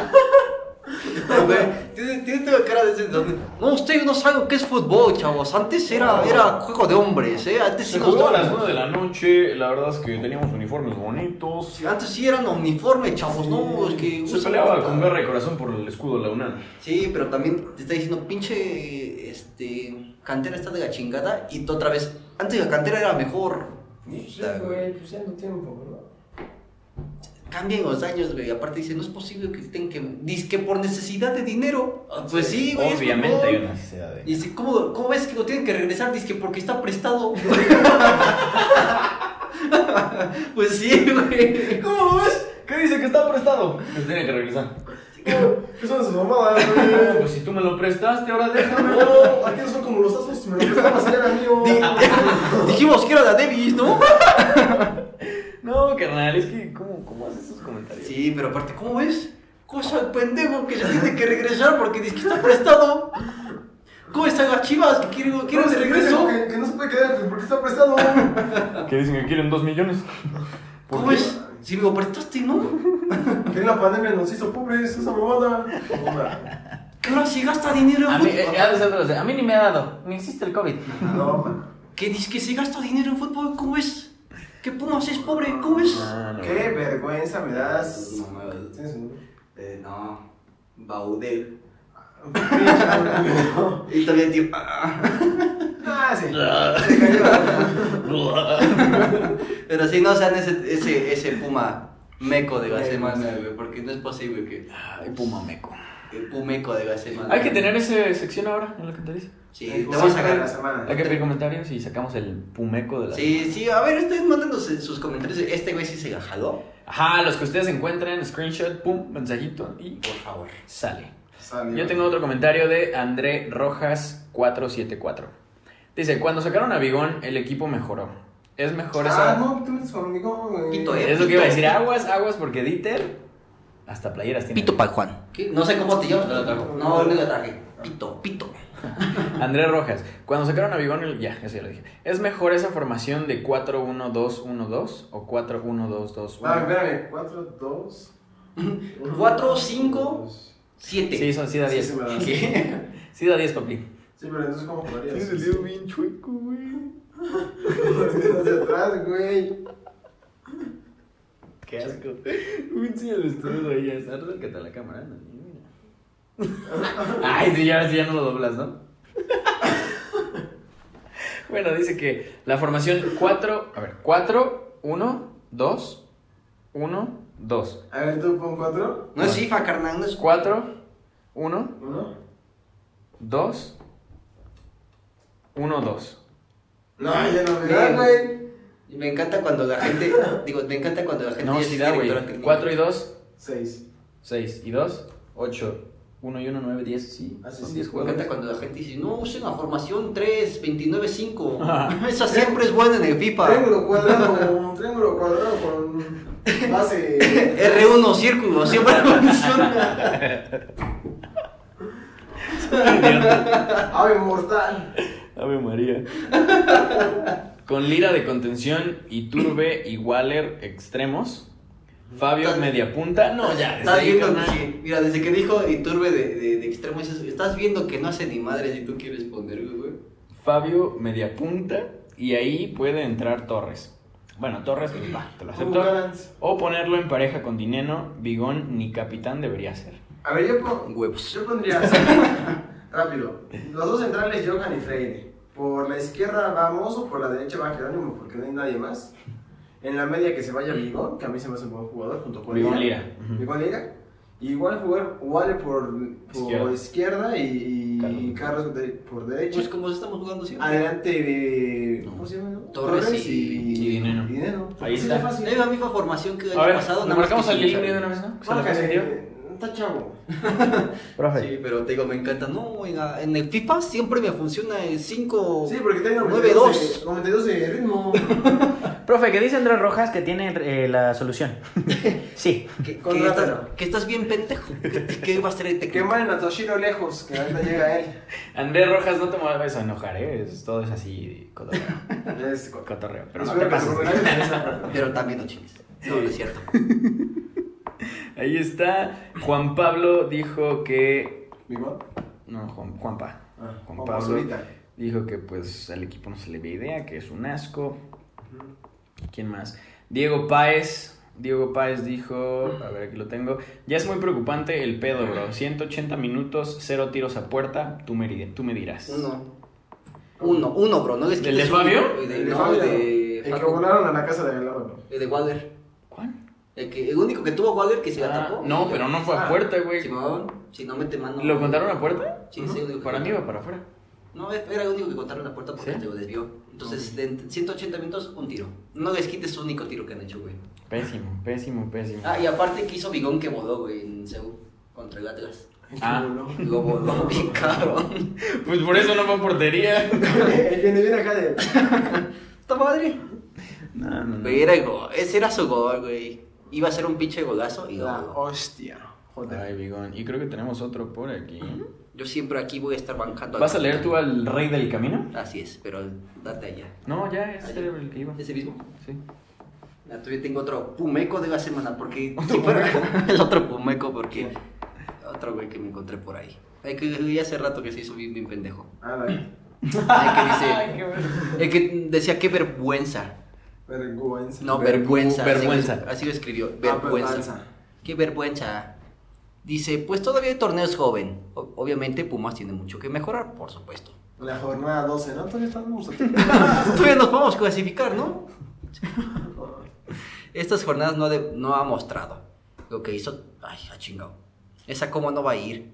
Speaker 2: Güey, Tiene, tiene toda cara de ese don. No, ustedes no saben qué es fútbol, chavos. Antes era, era juego de hombres, ¿eh? Antes sí
Speaker 1: Se
Speaker 2: nos
Speaker 1: jugó a las
Speaker 2: daban-
Speaker 1: 9 de la noche, la verdad es que teníamos uniformes bonitos.
Speaker 2: Sí, Antes sí eran uniformes, chavos, no, es que...
Speaker 1: Se
Speaker 2: usan-
Speaker 1: peleaba con guerra y corazón por el escudo de la UNAM.
Speaker 2: Sí, pero también te está diciendo, pinche, este, cantera está de la chingada y tú otra vez, antes la cantera era mejor.
Speaker 3: Sí,
Speaker 2: Puta, güey.
Speaker 3: güey, pues ya no tiempo, ¿verdad?
Speaker 2: Cambian los años, güey, aparte dice, no es posible que tengan que... Dice que por necesidad de dinero. Ah, Pues sí, güey. es
Speaker 1: Obviamente hay
Speaker 2: fútbol.
Speaker 1: una necesidad de.
Speaker 2: Y dice, ¿cómo, ¿cómo ves que lo tienen que regresar? Dice que porque está prestado. pues sí, güey.
Speaker 1: ¿Cómo ves? ¿Qué dice que está prestado? Pues tiene que regresar.
Speaker 3: ¿Qué pues son sus mamadas, güey?
Speaker 1: Pues si tú me lo prestaste, ahora déjame.
Speaker 3: No, aquí no son como los astros, me lo prestan a hacer, amigo.
Speaker 2: Dijimos que era la Davis, ¿no?
Speaker 1: No, carnal, es que, ¿cómo, cómo haces esos comentarios?
Speaker 2: Sí, pero aparte, ¿cómo es? Cosa el pendejo que ya tiene que regresar porque dice que está prestado. ¿Cómo están las chivas? que ¿Quieren, quieren de
Speaker 3: se
Speaker 2: regreso?
Speaker 3: Que, que no se puede quedar, pues, porque está prestado.
Speaker 1: Que dicen que quieren 2 millones. ¿Por
Speaker 2: ¿Cómo
Speaker 1: qué?
Speaker 2: es? Si me lo prestaste, ¿no?
Speaker 3: Que en la pandemia nos hizo pobres, esa mamada. Hola.
Speaker 2: Que ahora sí gasta dinero en
Speaker 1: A mí, eh,
Speaker 2: fútbol.
Speaker 1: ha de ser de los de, a mí ni me ha dado, ni existe el COVID.
Speaker 3: No, man.
Speaker 2: Que dice que se gasta dinero en fútbol, ¿cómo es? Que Pumas es pobre, ¿cómo es?
Speaker 1: Ah.
Speaker 3: Qué vergüenza me das. ¿Tienes un nombre?
Speaker 2: Eh, no. Baudel.
Speaker 3: No.
Speaker 2: Y también, tío.
Speaker 3: Ah, sí. Se cayó.
Speaker 2: Pero sí, no sean ese, ese, ese Puma meco de la semana, güey, porque no es posible que.
Speaker 1: Ay, puma meco.
Speaker 2: El Pumeco de la semana.
Speaker 1: Hay que tener esa sección ahora en la que te dice.
Speaker 2: Sí,
Speaker 3: Sí,
Speaker 2: te vamos a
Speaker 3: sacar la
Speaker 2: ganar.
Speaker 3: semana.
Speaker 1: Hay que pedir comentarios y sacamos el pumeco de la.
Speaker 2: Sí, sí, a ver, ustedes mándenos sus comentarios. Este güey sí se la jaló.
Speaker 1: Ajá, los que ustedes encuentren, screenshot, pum, mensajito y
Speaker 2: Por favor.
Speaker 1: sale.
Speaker 3: Salió.
Speaker 1: Yo tengo otro comentario de André Rojas 474. Dice, cuando sacaron a Bigón, el equipo mejoró. Es mejor esa...
Speaker 3: Ah, no, tú eres conmigo, güey.
Speaker 2: Quito, eh.
Speaker 1: Es lo que iba a decir, aguas, aguas, porque Dieter hasta playeras tiene.
Speaker 4: Pal Juan.
Speaker 2: ¿Qué? No sé cómo te llamas, pero lo trajo. No, no lo traje. Pito, pito.
Speaker 1: André Rojas, cuando sacaron a Bigón, el... ya, eso ya lo dije. ¿Es mejor esa formación de 4-1-2-1-2 o 4-1-2-2-1?
Speaker 3: Ah, espérame. 4, 2.
Speaker 2: Cuatro, cinco. Siete.
Speaker 1: Sí, son, sí da
Speaker 3: Sí,
Speaker 1: 10.
Speaker 3: se me da.
Speaker 1: ¿Qué? Sí da 10, papi.
Speaker 3: Sí, pero entonces, ¿cómo jugarías?
Speaker 1: bien chueco, güey.
Speaker 3: Desde atrás, güey.
Speaker 1: Qué asco. Uy, sí, el estudio ahí está. Acércate a la cámara. no, mira. Ay, sí, ya, sí, ya no lo doblas, ¿no? bueno, dice que la formación 4, a ver, 4, 1, 2, 1, 2.
Speaker 3: A ver, tú pon 4.
Speaker 2: No es FIFA, carnal, no es
Speaker 1: 4, 1,
Speaker 3: 1.
Speaker 1: 2, 1, 2.
Speaker 3: No, ya no me
Speaker 2: Bien.
Speaker 3: da, güey.
Speaker 2: Y Me encanta cuando la gente. digo, me encanta cuando la gente.
Speaker 1: No,
Speaker 2: ya es
Speaker 1: sí da, güey.
Speaker 2: directora técnica.
Speaker 1: 4 y 2,
Speaker 3: 6.
Speaker 1: 6 y 2, 8. 1 y 1, 9, 10, sí.
Speaker 3: Ah, sí,
Speaker 1: Son
Speaker 3: sí.
Speaker 1: 10
Speaker 2: Me encanta
Speaker 1: jugadores.
Speaker 2: cuando la gente dice, no, usen la formación 3, 29, 5. Esa siempre es buena en el FIFA.
Speaker 3: Triángulo cuadrado. Un triángulo cuadrado con base.
Speaker 2: R1 círculo, siempre funciona.
Speaker 3: Ave mortal.
Speaker 1: Ave María. Con Lira de contención, Iturbe y Waller extremos. Fabio
Speaker 2: Está-
Speaker 1: media punta. No, ya.
Speaker 2: Estás
Speaker 1: desde ahí,
Speaker 2: viendo
Speaker 1: carnal.
Speaker 2: que- mira, desde que dijo Iturbe de, de, de extremo, dices, estás viendo que no hace ni madre si tú quieres ponerlo, güey.
Speaker 1: Fabio media punta. Y ahí puede entrar Torres. Bueno, Torres, pues va, te lo
Speaker 3: Como
Speaker 1: acepto.
Speaker 3: Galans.
Speaker 1: O ponerlo en pareja con Dineno, Bigón ni capitán debería ser.
Speaker 3: A ver, yo pon.
Speaker 2: Huevos.
Speaker 3: Yo pondría rápido. Los dos centrales, Johan y Freire. Por la izquierda vamos o por la derecha va Jerónimo, porque no hay nadie más. En la media que se vaya Vigón, que a mí se me hace un buen jugador, junto con
Speaker 1: Bigón Lira. Ujú.
Speaker 3: Vigón Lira. Y igual jugar Wale por, por
Speaker 1: Izquierda.
Speaker 3: izquierda, y, y
Speaker 1: Carlos.
Speaker 3: Carlos, de- por derecha.
Speaker 2: Pues como estamos jugando siempre.
Speaker 3: Adelante, eh, ¿cómo se llama? no?
Speaker 2: Torres y-
Speaker 1: y Dineno.
Speaker 3: Dineno.
Speaker 1: Ahí
Speaker 3: Pues
Speaker 1: está.
Speaker 3: es fácil.
Speaker 2: Es la misma formación que el
Speaker 1: A
Speaker 2: año
Speaker 1: ver,
Speaker 2: pasado.
Speaker 1: ¿le
Speaker 2: nada más
Speaker 1: marcamos
Speaker 2: que
Speaker 1: al
Speaker 2: sin
Speaker 1: Lilini de
Speaker 2: Xavi.
Speaker 1: una vez, no? ¿Se
Speaker 3: Bueno,
Speaker 1: le
Speaker 3: que-
Speaker 1: ofendió?
Speaker 3: tal está chavo.
Speaker 4: Profe.
Speaker 2: Sí, pero te digo, me encanta. No, en, la- en el FIFA siempre me funciona el 5.
Speaker 3: Sí, porque tiene
Speaker 2: 9-2.
Speaker 3: 92 de, 92 de ritmo.
Speaker 4: Profe, que dice Andrés Rojas que tiene eh, la solución. sí.
Speaker 2: Que, que
Speaker 3: Contrátalo.
Speaker 2: estás, que estás bien pendejo. Que, que va a ser el
Speaker 3: Que
Speaker 2: técnico.
Speaker 3: malen a Toshiro lejos, que ahorita llega él.
Speaker 1: Andrés Rojas, no te me vas a enojar, ¿eh? Es- todo es así, cotorreo.
Speaker 3: Es-
Speaker 1: cotorreo, pero no te
Speaker 3: espero que
Speaker 1: pases.
Speaker 3: su programa sea esa.
Speaker 2: Pero también no chingues. No, no es cierto.
Speaker 1: Ahí está. Juan Pablo dijo que.
Speaker 3: ¿Mi gol?
Speaker 1: No, Juan, Juanpa.
Speaker 3: Ah,
Speaker 1: Juan
Speaker 3: Juan
Speaker 1: Pablo.
Speaker 3: Pazurita.
Speaker 1: Dijo que pues al equipo no se le ve idea, que es un asco. ¿Quién más? Diego Páez. Diego Páez dijo, a ver, aquí lo tengo. Ya es muy preocupante el pedo, bro. 180 minutos, cero tiros a puerta. Tú me, di- tú me dirás.
Speaker 2: Uno. Uno, uno, bro. ¿No les
Speaker 1: ¿El
Speaker 2: quites
Speaker 1: de
Speaker 2: uno.
Speaker 1: Fabio?
Speaker 2: El de,
Speaker 3: El de
Speaker 2: no,
Speaker 3: Fabio,
Speaker 2: el de
Speaker 3: el que
Speaker 2: Fabio.
Speaker 3: volaron a la casa de al lado. ¿no?
Speaker 2: El de Waller.
Speaker 1: ¿Cuál?
Speaker 2: El, que, el único que tuvo Waller que se la
Speaker 1: Ah,
Speaker 2: tapó.
Speaker 1: no, pero no fue a
Speaker 3: Ah,
Speaker 1: puerta, güey.
Speaker 2: Simón, si no mete mano.
Speaker 1: ¿Lo contaron a puerta?
Speaker 2: Sí, sí, el único que
Speaker 1: Para mí
Speaker 2: contó.
Speaker 1: va para afuera.
Speaker 2: No, era el único que contaron la puerta porque
Speaker 1: ¿Sí?
Speaker 2: se lo desvió. Entonces, de 180 minutos, un tiro. No les quites su único tiro que han hecho, güey.
Speaker 1: Pésimo, pésimo, pésimo.
Speaker 2: Ah, y aparte que hizo Bigón que voló, güey, en Seúl contra el Atlas.
Speaker 1: Ah.
Speaker 2: Lo voló bien cabrón.
Speaker 1: Pues por eso no fue a portería.
Speaker 3: Él viene bien acá de.
Speaker 2: ¡Está madre!
Speaker 1: No, no, no.
Speaker 2: Güey, era el gol. Ese era su gol, güey. Iba a ser un pinche golazo y lo
Speaker 3: La
Speaker 2: voló.
Speaker 3: hostia. Joder.
Speaker 1: Ay, Bigón. Y creo que tenemos otro por aquí.
Speaker 2: Yo siempre aquí voy a estar bancando. al-
Speaker 1: ¿Vas a leer tú al Rey del Camino?
Speaker 2: Así es, pero date allá.
Speaker 1: No, Ah, ya, es el que iba.
Speaker 2: Ese mismo.
Speaker 1: Sí.
Speaker 2: Ah, tú, Yo tengo otro pumeco de la semana, porque si fuera- el otro pumeco, porque otro güey que me encontré por ahí. Hay que leí hace rato que se hizo bien, bien pendejo.
Speaker 3: Ah, la
Speaker 2: Hay que dice, el que decía qué vergüenza.
Speaker 3: vergüenza.
Speaker 2: No,
Speaker 1: Vergu-
Speaker 2: vergüenza. así lo-
Speaker 1: vergüenza.
Speaker 2: Así lo escribió.
Speaker 3: Ah,
Speaker 2: Vergüenza. Qué vergüenza. Dice, pues todavía hay torneos joven. O- obviamente Pumas tiene mucho que mejorar, por supuesto.
Speaker 3: La jornada 12, ¿no? Todavía estamos aquí.
Speaker 2: Todavía nos podemos clasificar, ¿no? Estas jornadas no, de- no ha mostrado lo que hizo. Ay, ha chingado. Esa cómo no va a ir.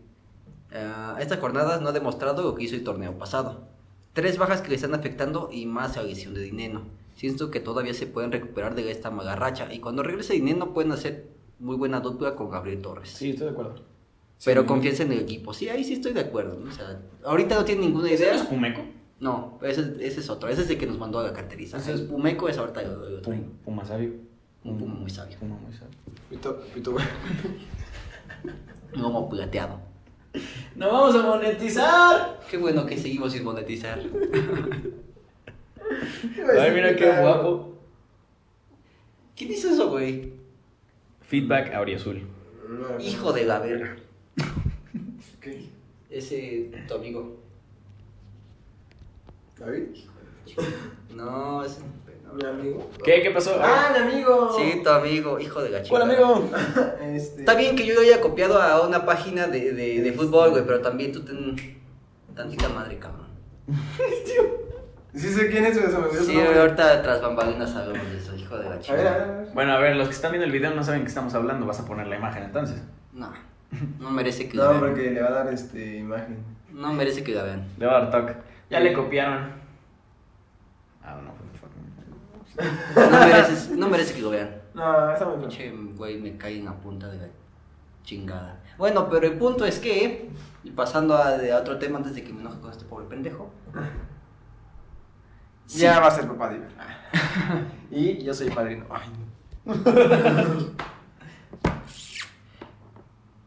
Speaker 2: Ah, estas jornadas no ha demostrado lo que hizo el torneo pasado. Tres bajas que le están afectando y más la lesión de Dineno. Siento que todavía se pueden recuperar de esta mala racha. Y cuando regrese Dineno pueden hacer muy buena dupla con Gabriel Torres.
Speaker 1: Sí, estoy de acuerdo.
Speaker 2: Pero
Speaker 1: Sí.
Speaker 2: confianza en el equipo. Sí, ahí sí estoy de acuerdo. ¿no? O sea, ahorita no tiene ninguna
Speaker 1: ¿Ese no es
Speaker 2: idea.
Speaker 1: Pumeco?
Speaker 2: No, ese, ese es otro. Ese es el que nos mandó a la carteriza.
Speaker 1: Ese es-
Speaker 2: El Pumeco es ahorita el- el- el-
Speaker 1: Pum, Puma sabio.
Speaker 2: Un puma muy sabio.
Speaker 1: Puma muy sabio.
Speaker 3: Pito, pito, güey.
Speaker 2: como plateado.
Speaker 1: ¡No vamos a monetizar!
Speaker 2: Qué bueno que seguimos sin monetizar.
Speaker 1: Ay, mira qué guapo.
Speaker 2: ¿Quién hizo eso, güey?
Speaker 1: Feedback Auriazul.
Speaker 3: No, no.
Speaker 2: Hijo de la verga.
Speaker 3: ¿Qué?
Speaker 2: Ese tu amigo.
Speaker 3: ¿David?
Speaker 2: No, ese.
Speaker 3: ¿Mi amigo?
Speaker 1: ¿Qué? ¿Qué pasó?
Speaker 3: ¡Ah, mi amigo!
Speaker 2: Sí, tu amigo, hijo de la chica.
Speaker 1: Hola, amigo.
Speaker 3: Este...
Speaker 2: Está bien que yo lo haya copiado a una página de, de, de fútbol, güey, pero también tú ten. Tantita madre, cabrón.
Speaker 3: Sí sé quién es, pero se me olvidó su
Speaker 2: Sí,
Speaker 3: nombre.
Speaker 2: ahorita tras bambalinas hablamos de eso, hijo de la
Speaker 3: A ver, a ver,
Speaker 2: chica.
Speaker 3: a ver.
Speaker 1: Ah. Bueno, a ver, los que están viendo el video no saben que estamos hablando. Vas a poner la imagen entonces.
Speaker 2: No, no merece que la
Speaker 3: No,
Speaker 2: vean.
Speaker 3: porque le va a dar este imagen.
Speaker 2: No merece que la vean.
Speaker 1: Le va a dar toque. Ya le copiaron. Ah, no, fucking.
Speaker 2: No merece, no merece que lo vean.
Speaker 3: No, está muy feo.
Speaker 2: Pinche güey, me cae en la punta de la chingada. Bueno, pero el punto es que, y pasando a, de a otro tema antes de que me enoje con este pobre pendejo, Sí.
Speaker 3: Ya va a ser papá de Iván. Y yo soy padrino. Ay, no.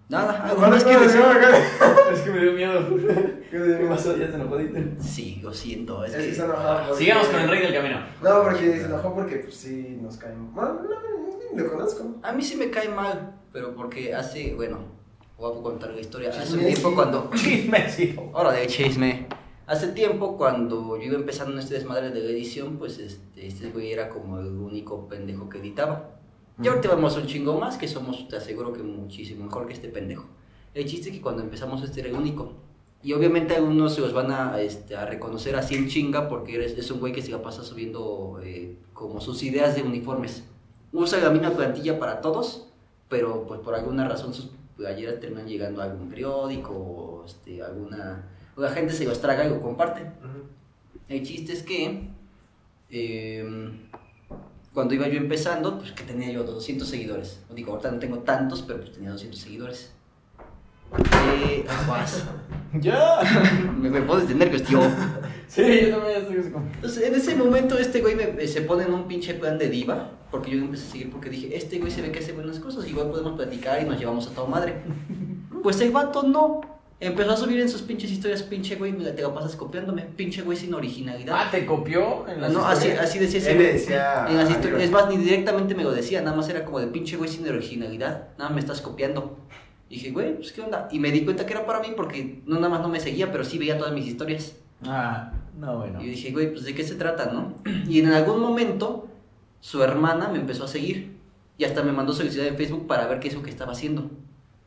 Speaker 2: nada, algo
Speaker 3: Bueno,
Speaker 2: más que
Speaker 3: Ah, no,
Speaker 2: decir.
Speaker 3: no, acá.
Speaker 1: Es que me dio miedo.
Speaker 3: ¿Qué te digo?
Speaker 1: Ya se enojó Dieter.
Speaker 2: Sí, lo siento, es
Speaker 3: Es que
Speaker 2: que...
Speaker 3: se enojaba. porque-
Speaker 1: Sigamos con el rey del camino.
Speaker 3: No, porque se enojó porque pues, sí nos caen. Bueno, no, no, no, lo conozco.
Speaker 2: A mí sí me cae mal, pero porque hace, bueno, voy a contar la historia. Hace un
Speaker 3: Chismecito.
Speaker 2: tiempo cuando...
Speaker 1: Chismecito.
Speaker 2: Hora de chisme. Hace tiempo, cuando yo iba empezando en este desmadre de la edición, pues este, este güey era como el único pendejo que editaba. Y ahorita vamos un chingo más, que somos, te aseguro que muchísimo mejor que este pendejo. El chiste es que cuando empezamos este era el único. Y obviamente algunos se los van a, este, a reconocer así en chinga porque eres- es un güey que se la pasa subiendo eh, como sus ideas de uniformes. Usa la misma plantilla para todos, pero pues por alguna razón sus playeras terminan llegando a algún periódico o este, alguna... La gente se los traga y lo comparte. El chiste es que eh, cuando iba yo empezando, pues que tenía yo 200 seguidores. Digo, ahorita no tengo tantos, pero pues tenía 200 seguidores. Eh, aguas.
Speaker 1: ¡Ya!
Speaker 2: Me, me puedo detener, que es tío.
Speaker 1: Sí, yo también estoy así como.
Speaker 2: Entonces, en ese momento, este güey me- eh, se pone en un pinche plan de diva. Porque yo lo empecé a seguir porque dije, este güey se ve que hace buenas cosas. Igual podemos platicar y nos llevamos a toda madre. Pues el vato no. Empezó a subir en sus pinches historias, pinche güey, me la- te la pasas copiándome. Pinche güey sin originalidad.
Speaker 1: Ah, ¿te copió en las
Speaker 2: No, así,
Speaker 1: historias?
Speaker 2: así decía ese
Speaker 3: Él
Speaker 2: güey.
Speaker 3: le decía
Speaker 2: En las
Speaker 3: a
Speaker 2: histo-
Speaker 3: Dios.
Speaker 2: Es más, ni directamente me lo decía, nada más era como de pinche güey sin originalidad. Nada, me estás copiando. Y dije, güey, pues qué onda. Y me di cuenta que era para mí porque no nada más no me seguía, pero sí veía todas mis historias.
Speaker 1: Ah, no, bueno.
Speaker 2: Y yo dije, güey, pues de qué se trata, ¿no? Y en algún momento su hermana me empezó a seguir. Y hasta me mandó solicitud en Facebook para ver qué es lo que estaba haciendo.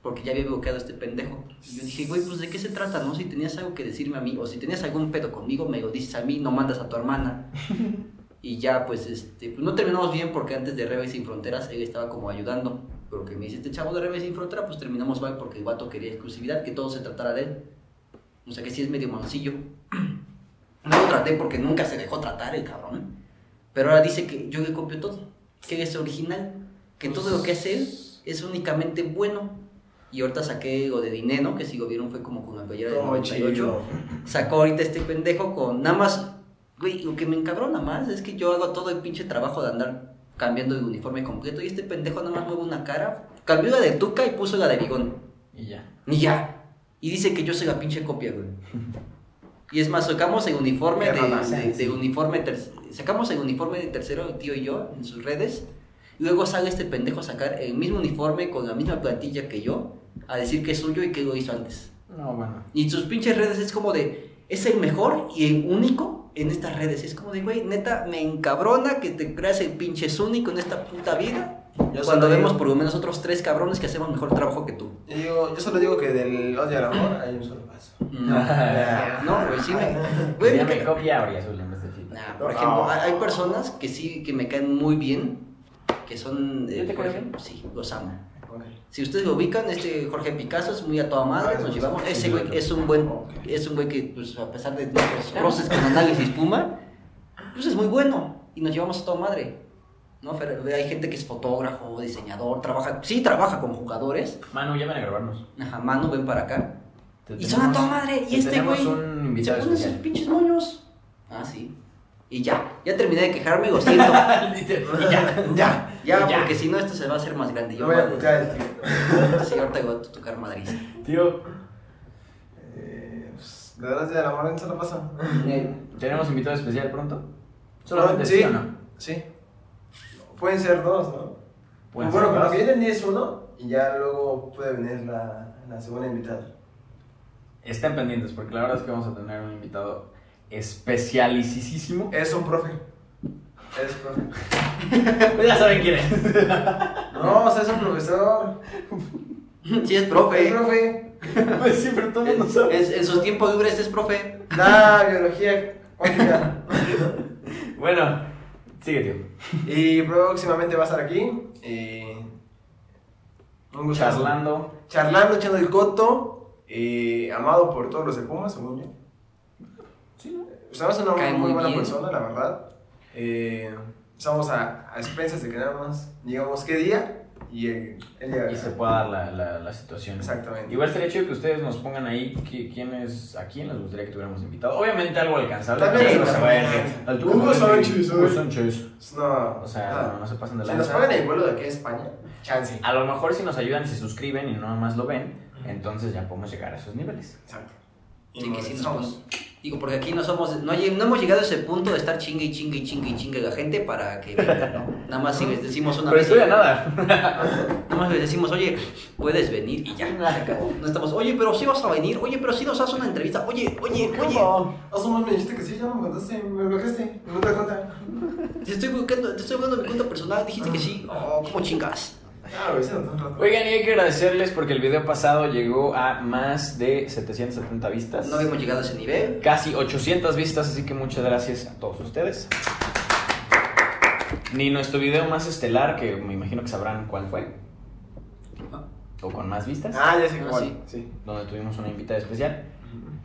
Speaker 2: Porque ya había bloqueado a este pendejo. Y yo dije, güey, pues de qué se trata, ¿no? Si tenías algo que decirme a mí, o si tenías algún pedo conmigo, me lo dices a mí, no mandas a tu hermana. Y ya, pues, este, pues no terminamos bien porque antes de Rebel Sin Fronteras él estaba como ayudando. Pero que me dice este chavo de Rebel Sin Fronteras, pues terminamos mal porque el vato quería exclusividad, que todo se tratara de él. O sea que sí es medio mancillo. No lo traté porque nunca se dejó tratar el cabrón. ¿eh? Pero ahora dice que yo le copio todo, que él es original, que todo lo que hace él es únicamente bueno. Y ahorita saqué lo de dinero, que si lo vieron fue como con la playera del
Speaker 3: Oh,
Speaker 2: 98
Speaker 3: chido.
Speaker 2: sacó ahorita este pendejo con nada más, güey, lo que me encabrona más es que yo hago todo el pinche trabajo de andar cambiando el uniforme completo y este pendejo nada más mueve una cara, cambió la de tuca y puso la de bigón.
Speaker 1: Y ya.
Speaker 2: Ni ya. Y dice que yo soy la pinche copia, güey. Y es más, sacamos el uniforme
Speaker 3: Qué
Speaker 2: de,
Speaker 3: mamada,
Speaker 2: de-
Speaker 3: sí.
Speaker 2: de uniforme ter- sacamos el uniforme de tercero, el tío y yo, en sus redes. Y luego sale este pendejo a sacar el mismo uniforme con la misma plantilla que yo, a decir que es suyo y que lo hizo antes.
Speaker 1: No, bueno.
Speaker 2: Y sus pinches redes es como de, es el mejor y el único en estas redes. Es como de, güey, neta, me encabrona que te creas el pinche es único en esta puta vida.
Speaker 3: Yo
Speaker 2: cuando
Speaker 3: solo
Speaker 2: vemos
Speaker 3: digo-
Speaker 2: por lo menos otros tres cabrones que hacemos mejor trabajo que tú.
Speaker 3: Yo, digo- yo solo digo que del odio al amor hay un solo paso.
Speaker 2: No, Ah, no, güey, sí me... Ah,
Speaker 1: Pues
Speaker 2: güey, me Ah.
Speaker 1: Ya me
Speaker 2: ca-
Speaker 1: copia Aurea Azul en vez de ti.
Speaker 2: Nah, por ejemplo, hay hay personas que sí, que me caen muy bien, que son... eh,
Speaker 1: ¿Yo te
Speaker 2: por
Speaker 1: caigo
Speaker 2: ejemplo, sí, los amo.
Speaker 3: Ok.
Speaker 2: Si ustedes lo ubican, este Jorge Picasso Ah, es muy a toda madre, nos llevamos. Ese güey es un buen, es un güey que, pues, a pesar de nuestros roces con análisis Puma, pues es muy bueno y nos llevamos a toda madre. ¿No? Pero hay gente que es fotógrafo, diseñador, trabaja, sí trabaja con jugadores,
Speaker 1: Manu, llamen a grabarnos.
Speaker 2: ajá, mano, ven para acá.
Speaker 1: Te
Speaker 2: y son a toda
Speaker 1: tenemos-
Speaker 2: madre, y
Speaker 1: te
Speaker 2: este
Speaker 1: tenemos
Speaker 2: güey
Speaker 1: un
Speaker 2: se
Speaker 1: invitado
Speaker 2: pone sus
Speaker 1: especial.
Speaker 2: pinches moños. Ah, sí. Y ya, ya terminé de quejarme, lo siento.
Speaker 1: Y ya.
Speaker 3: Ya.
Speaker 2: Ya,
Speaker 1: Ya.
Speaker 2: porque si no, esto se va a hacer más grande.
Speaker 3: Yo
Speaker 2: Yo
Speaker 3: voy a
Speaker 2: madre-
Speaker 3: putear el tío.
Speaker 2: Sí, ahorita voy a tocar Madrid.
Speaker 1: Tío,
Speaker 3: Eh, pues, de verdad, del amor hay un solo paso.
Speaker 1: ¿tenemos invitado especial pronto?
Speaker 3: No,
Speaker 1: Solamente sí o no.
Speaker 3: Sí. Pueden ser dos, ¿no?
Speaker 1: Pueden
Speaker 3: bueno,
Speaker 1: ser dos.
Speaker 3: pero lo que yo entendí es uno y ya luego puede venir la, la segunda invitada.
Speaker 1: Estén pendientes porque la verdad es que vamos a tener un invitado especialicísimo.
Speaker 3: Es un profe. Es profe.
Speaker 1: Ya saben quién es.
Speaker 3: No, o sea, es un profesor.
Speaker 2: Sí, es
Speaker 3: Es
Speaker 2: profe.
Speaker 3: profe.
Speaker 1: Pues sí, pero todo el mundo
Speaker 2: En,
Speaker 1: sabe.
Speaker 2: en sus tiempos libres es profe.
Speaker 3: Da biología cuántica.
Speaker 1: Bueno, sigue, tío.
Speaker 3: Y próximamente va a estar aquí. eh, un gusto.
Speaker 1: Charlando.
Speaker 3: Charlando, echando el coto. eh, amado por todos los de Puma, según yo.
Speaker 1: Sí, ¿no?
Speaker 3: Usted es una
Speaker 2: Cae
Speaker 3: muy,
Speaker 2: muy
Speaker 3: buena
Speaker 2: bien.
Speaker 3: persona, la verdad. Eh, estamos a, a expensas de que nada más digamos qué día y el, el día.
Speaker 1: Y se pueda dar la, la, la situación.
Speaker 3: Exactamente.
Speaker 1: Igual estaría chido que ustedes nos pongan ahí qui- quién es, a quién les gustaría que tuviéramos invitado. Obviamente algo alcanzable.
Speaker 3: Tal vez
Speaker 1: Sí, no
Speaker 3: no.
Speaker 1: se vayan de- al
Speaker 3: Hugo Sánchez,
Speaker 1: Hugo
Speaker 3: ¿eh?
Speaker 1: Sánchez.
Speaker 3: Pues No,
Speaker 1: O sea,
Speaker 3: nada.
Speaker 1: no, no se pasen de
Speaker 3: Ah. si nos
Speaker 1: lanza.
Speaker 3: pagan el vuelo de aquí a España, chance.
Speaker 1: A lo mejor si nos ayudan y se suscriben y no nada más lo ven, entonces ya podemos llegar a esos niveles.
Speaker 3: Exacto. Y
Speaker 2: Sí, que sí nos
Speaker 3: somos.
Speaker 2: pon- Digo, porque aquí no somos, no, hay- no hemos llegado a ese punto de estar chingue y chingue y chingue y chingue a la gente para que vengan, ¿no? Nada más si les decimos una
Speaker 1: Pero
Speaker 2: vez.
Speaker 1: estudia nada.
Speaker 2: Nada más les decimos, oye, puedes venir y ya. se acabó. No estamos, oye, pero sí vas a venir, oye, pero sí nos haces una entrevista, oye, oye, oye.
Speaker 3: Hace un mes Ah, me dijiste que sí, ya me contaste, me bloqueaste, no te cuenta.
Speaker 2: Te estoy buscando, te estoy buscando mi cuenta personal, dijiste que sí. Oh, ¿cómo chingas?
Speaker 3: Ah, güey, se notó un rato.
Speaker 1: Oigan, y hay que agradecerles porque el video pasado llegó a más de 770 vistas.
Speaker 2: No habíamos llegado a ese nivel.
Speaker 1: casi 800 vistas, así que muchas gracias a todos ustedes. Ni nuestro video más estelar, que me imagino que sabrán cuál fue, o con más vistas,
Speaker 3: Ah, ya sé
Speaker 2: Ah,
Speaker 3: cuál.
Speaker 2: sí.
Speaker 3: sí.
Speaker 1: donde tuvimos una invitada especial.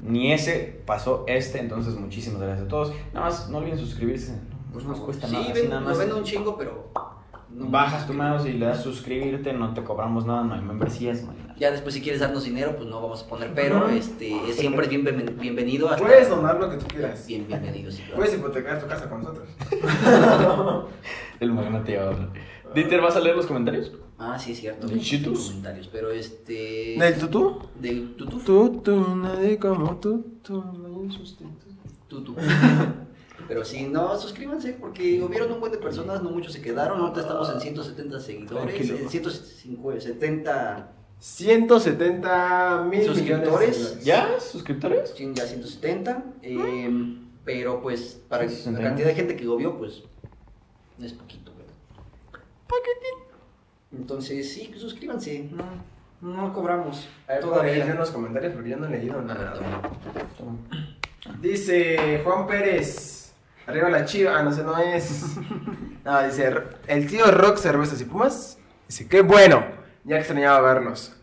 Speaker 1: Ni ese pasó este, entonces muchísimas gracias a todos. Nada más, no olviden suscribirse. No Pues nos cuesta
Speaker 2: sí,
Speaker 1: nada, así
Speaker 2: ven,
Speaker 1: nada
Speaker 2: lo
Speaker 1: más.
Speaker 2: vendo un chingo, pero
Speaker 1: Bajas tu mouse y le das suscribirte, no te cobramos nada, no hay membresías, no hay nada.
Speaker 2: Ya después si quieres darnos dinero, pues no vamos a poner, pero
Speaker 3: Ajá.
Speaker 2: este es- siempre es bien, bien- bienvenido. hasta-
Speaker 1: Pues,
Speaker 3: Puedes donar lo que tú quieras.
Speaker 2: Bien, bienvenido, sí, claro.
Speaker 3: Puedes hipotecar tu casa con nosotros.
Speaker 1: El magnate ahora. Dieter, ¿vas a leer los comentarios?
Speaker 2: Ah, sí, es cierto.
Speaker 1: ¿De Cheetos?
Speaker 2: Comentarios, pero este...
Speaker 3: ¿Del tutú?
Speaker 2: Del tutú.
Speaker 3: Tutu, nadie como tutu, no hay sustento.
Speaker 2: Tutu. Pero si no, suscríbanse porque hubieron un buen de personas, no muchos se quedaron. Ahorita estamos en 170 seguidores,
Speaker 1: Tranquilo.
Speaker 2: en eh, 170,
Speaker 3: 170 mil
Speaker 2: Suscriptores.
Speaker 3: Millones
Speaker 1: ¿Ya? ¿Suscriptores?
Speaker 2: pues, chin, ya 170. eh,
Speaker 1: Mm.
Speaker 2: pero pues para
Speaker 1: Sí,
Speaker 2: la
Speaker 1: 60.
Speaker 2: cantidad de gente que lo vio, pues no es poquito, ¿verdad? Entonces sí, suscríbanse. No,
Speaker 1: Mm,
Speaker 2: no cobramos.
Speaker 3: A ver, puedo leer yo
Speaker 2: Todavía.
Speaker 3: unos comentarios porque yo no he leído
Speaker 2: A ver,
Speaker 3: nada.
Speaker 2: toma.
Speaker 3: Dice Juan Pérez. Arriba la chiva. Ah, no sé, no es. No, dice el tío Rock Cervezas y Pumas. Dice, qué bueno. Ya extrañaba verlos.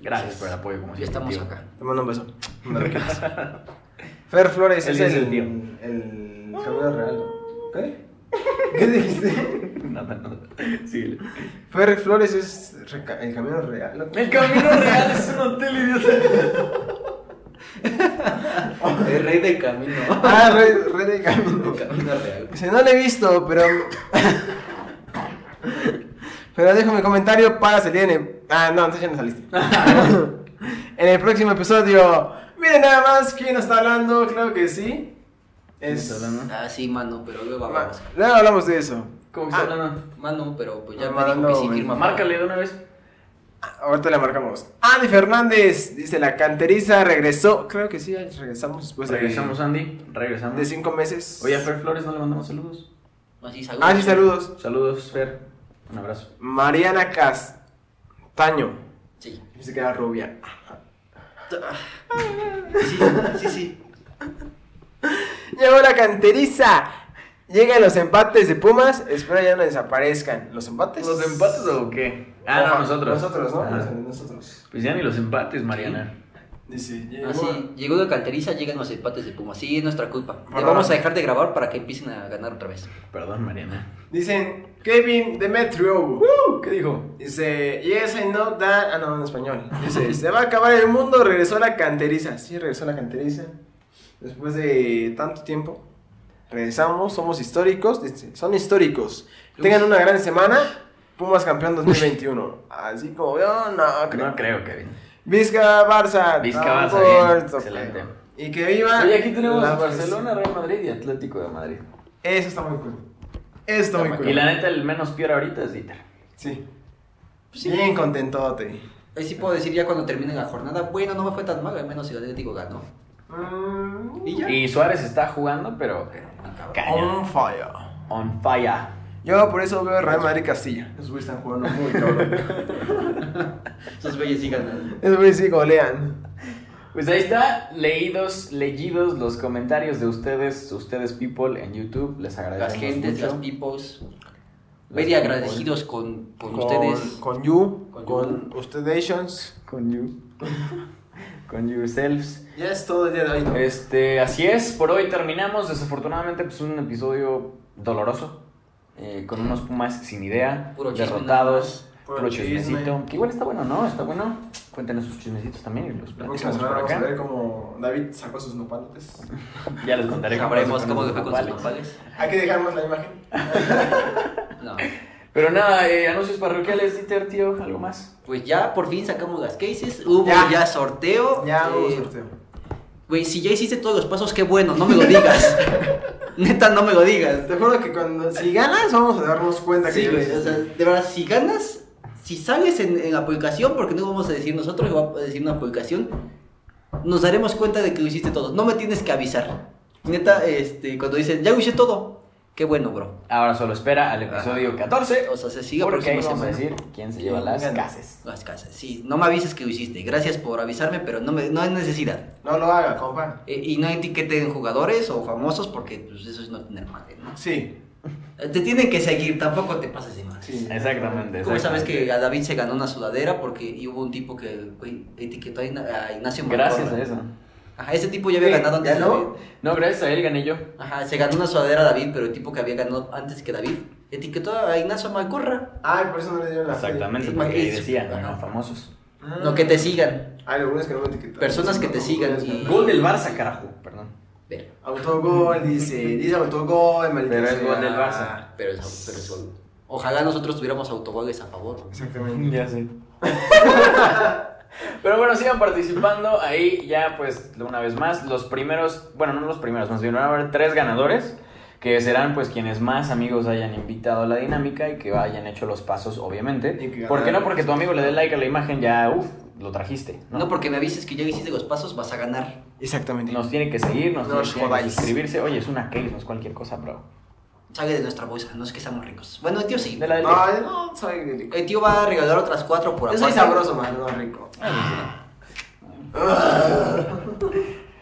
Speaker 1: Gracias por el apoyo, como
Speaker 2: Ya
Speaker 1: siempre,
Speaker 2: estamos
Speaker 1: tío.
Speaker 2: acá.
Speaker 3: Te mando un beso. Un abrazo. Fer Flores
Speaker 1: Él
Speaker 3: es
Speaker 1: dice
Speaker 3: el,
Speaker 1: el tío.
Speaker 3: el saludo real. ¿no? ¿Qué? ¿Qué dijiste?
Speaker 1: Nada, nada. Síguele.
Speaker 3: Fer Flores es reca- el camino real. ¿no?
Speaker 1: El camino real es un hotel, idiota.
Speaker 2: El rey del camino.
Speaker 3: Ah, red, red de camino.
Speaker 2: El camino real.
Speaker 3: Dice, no lo he visto, pero. pero dejo mi comentario para salir en el. Ah, no, entonces ya no saliste. en el próximo episodio. Miren nada más quién nos está hablando, claro que sí. Es...
Speaker 1: está hablando?
Speaker 2: Ah, sí, mano, pero luego
Speaker 3: Ma-
Speaker 2: hablamos.
Speaker 3: Luego hablamos de eso.
Speaker 1: ¿Cómo que está hablando?
Speaker 2: Mano, pero pues ya me
Speaker 3: Mano,
Speaker 2: dijo que sí
Speaker 3: güey.
Speaker 2: firma.
Speaker 1: Ah, Márcale de una vez.
Speaker 3: Ahorita le marcamos. Andy Fernández, dice la canteriza, regresó. Creo que sí, regresamos después de,
Speaker 1: regresamos, Andy.
Speaker 3: de
Speaker 1: Regresamos.
Speaker 3: cinco meses.
Speaker 1: Oye, a Fer Flores no le mandamos saludos.
Speaker 2: Así, saludos.
Speaker 3: Ah, sí, saludos.
Speaker 1: Saludos, Fer. Un abrazo.
Speaker 3: Mariana Castaño.
Speaker 2: Sí.
Speaker 3: Dice que era rubia.
Speaker 2: Sí, sí, sí.
Speaker 3: Llegó la canteriza. Llegan los empates de Pumas. Espero ya no desaparezcan. ¿Los empates?
Speaker 1: ¿Los empates o qué? Ah, no,
Speaker 3: Ojalá.
Speaker 1: nosotros.
Speaker 3: Nosotros, ¿no?
Speaker 1: Ah,
Speaker 3: Nosotros.
Speaker 1: Pues ya ni los empates, Mariana.
Speaker 3: Dice, llegó-
Speaker 2: Así, llegó de Canteriza, llegan los empates de Puma. Sí, es nuestra culpa. Ya
Speaker 3: Perdón.
Speaker 2: vamos a dejar de grabar para que empiecen a ganar otra vez.
Speaker 1: Perdón, Mariana.
Speaker 3: Dicen, Kevin Demetrio.
Speaker 1: ¿Qué dijo?
Speaker 3: Dice, yes, I know that. Ah, no, en español. Dice, se va a acabar el mundo. Regresó la canteriza. Sí, regresó la canteriza. Después de tanto tiempo. Regresamos, somos históricos. Dice, son históricos. Tengan una gran semana. Pumas campeón 2021. Así como yo, no creo.
Speaker 1: No creo, Kevin.
Speaker 3: Vizca Barça.
Speaker 1: Vizca,
Speaker 3: no
Speaker 1: Barça, bien,
Speaker 3: importa,
Speaker 1: excelente.
Speaker 3: creo. Y que viva. Ah, la
Speaker 1: Real Madrid y Atlético de Madrid.
Speaker 3: Eso está muy cool. Eso está muy cool.
Speaker 1: Y la neta, el menos peor ahorita es Dieter.
Speaker 3: Sí.
Speaker 2: Pues
Speaker 3: Bien contentote.
Speaker 2: Ahí sí puedo decir ya cuando termine la jornada, bueno, no me fue tan mal, al menos el Atlético ganó.
Speaker 3: Mm,
Speaker 2: Y ya.
Speaker 1: Y Suárez está jugando, pero
Speaker 2: Pero, ah, cabrón.
Speaker 3: Oh.
Speaker 1: cañón.
Speaker 3: fire.
Speaker 1: On fire.
Speaker 3: Yo por eso veo Real Madrid Castilla. Esos güeyes están jugando muy cabrón.
Speaker 2: Esos güeyes sí ganan.
Speaker 3: Esos güeyes sí golean.
Speaker 1: Pues ahí está, leídos, leídos los comentarios de ustedes, ustedes people en YouTube, les agradecemos
Speaker 2: Las gentes,
Speaker 1: mucho.
Speaker 2: las peoples. Very agradecidos con, con, ustedes.
Speaker 3: Con you.
Speaker 2: Con
Speaker 3: Con,
Speaker 2: you.
Speaker 3: ustedes.
Speaker 1: Con you. Con yourselves.
Speaker 3: Ya es todo el día de hoy. ¿no?
Speaker 1: Este, así es, por hoy terminamos. Desafortunadamente, pues un episodio doloroso. eh, con unos pumas sin idea,
Speaker 2: Puro chisme
Speaker 1: derrotados,
Speaker 3: más.
Speaker 1: puro,
Speaker 3: Puro
Speaker 1: chismecito.
Speaker 3: chisme.
Speaker 1: Que igual está bueno, ¿no? Está bueno. Cuéntenos sus chismecitos también y los
Speaker 3: La próxima
Speaker 1: platicamos
Speaker 3: semana
Speaker 1: por
Speaker 3: vamos a ver
Speaker 1: acá.
Speaker 3: cómo David sacó sus nopalotes.
Speaker 1: Ya les contaré
Speaker 2: Sabremos cómo
Speaker 1: se
Speaker 2: le fue con sus
Speaker 1: nopales.
Speaker 2: nopales.
Speaker 3: Hay que dejar más la imagen.
Speaker 2: No.
Speaker 1: Pero nada, eh, anuncios parroquiales, Dieter, tío, algo más.
Speaker 2: Pues ya por fin sacamos las cases, hubo ya,
Speaker 3: Ya.
Speaker 2: sorteo.
Speaker 3: Ya hubo
Speaker 2: eh,
Speaker 3: sorteo.
Speaker 2: Güey, si ya hiciste todos los pasos, qué bueno, no me lo digas. Neta, no me lo digas.
Speaker 3: Te juro que cuando. Si ganas, vamos a darnos cuenta que
Speaker 2: Sí,
Speaker 3: yo
Speaker 2: güey,
Speaker 3: lo
Speaker 2: o sea,
Speaker 3: hice.
Speaker 2: de verdad, si ganas, si sales en, en la aplicación, porque no vamos a decir nosotros, lo va a decir una aplicación, nos daremos cuenta de que lo hiciste todo. No me tienes que avisar. Neta, este, cuando dicen, ya lo hice todo, qué bueno, bro.
Speaker 1: Ahora solo espera al episodio 14.
Speaker 2: O sea, se sigue
Speaker 1: porque ahí
Speaker 2: próxima
Speaker 1: vamos a
Speaker 2: semana.
Speaker 1: decir quién se lleva las
Speaker 3: Gana.
Speaker 1: casas.
Speaker 2: Las casas, sí, no me avises que lo hiciste. Gracias por avisarme, pero no, me, no hay necesidad.
Speaker 3: No lo haga, compa.
Speaker 2: Eh, y no etiqueten jugadores o famosos porque pues, eso es no tener madre, ¿no?
Speaker 3: Sí.
Speaker 2: Eh, Te tienen que seguir, tampoco te pases de madre.
Speaker 3: sí.
Speaker 1: Exactamente.
Speaker 2: ¿Cómo
Speaker 1: exactamente.
Speaker 2: sabes que a David se ganó una sudadera? Porque y hubo un tipo que güey, etiquetó a Ina- a Ignacio
Speaker 1: Gracias a
Speaker 2: Montoya.
Speaker 1: eso.
Speaker 2: Ajá, ese tipo ya había
Speaker 3: Sí,
Speaker 2: ganado antes.
Speaker 3: ¿ganó?
Speaker 2: de David.
Speaker 1: No, gracias a él gané yo.
Speaker 2: Ajá, se ganó una sudadera David, pero el tipo que había ganado antes que David etiquetó a Ignacio Malcorra.
Speaker 3: Ay, por eso no le dieron la feria.
Speaker 1: Exactamente,
Speaker 2: Sí,
Speaker 1: porque ahí
Speaker 2: Maquis.
Speaker 1: decían,
Speaker 2: Ajá.
Speaker 1: no, famosos.
Speaker 3: Ah.
Speaker 2: No, que te sigan.
Speaker 3: Ay, Ah, lo bueno es que no me etiquetaron.
Speaker 2: Personas que te sigan y-
Speaker 1: Gol del Barça, carajo. Perdón.
Speaker 2: Pero,
Speaker 3: Autogol, dice. Dice autogol, maldito.
Speaker 1: Pero es
Speaker 3: sea.
Speaker 1: gol del Barça.
Speaker 2: pero, es- pero es gol. Ojalá nosotros tuviéramos autogoles a favor.
Speaker 3: Exactamente.
Speaker 1: Ya sé. Pero bueno, sigan participando. Ahí ya, pues, una vez más, los primeros, bueno, no los primeros, más bien van a haber tres ganadores, que serán pues quienes más amigos hayan invitado a la dinámica y que hayan hecho los pasos,
Speaker 3: Y que
Speaker 1: obviamente. ¿Por qué no?
Speaker 3: ganaron.
Speaker 1: Porque tu amigo le dé like a la imagen, ya, uff, lo trajiste.
Speaker 2: No,
Speaker 1: ¿no?
Speaker 2: porque me avises que ya hiciste los pasos, vas a ganar.
Speaker 3: Exactamente.
Speaker 1: Nos tiene que seguir, nos
Speaker 3: No os
Speaker 1: tiene que
Speaker 3: jodáis.
Speaker 1: suscribirse. Oye, es una case, no es cualquier cosa, bro.
Speaker 2: Sale de nuestra bolsa, no es que seamos ricos. Bueno, el tío sí.
Speaker 1: De la del-
Speaker 3: Ay, no, soy rico.
Speaker 2: El tío va a regalar otras cuatro por
Speaker 3: Yo soy
Speaker 2: aparte.
Speaker 3: sabroso, man, no rico.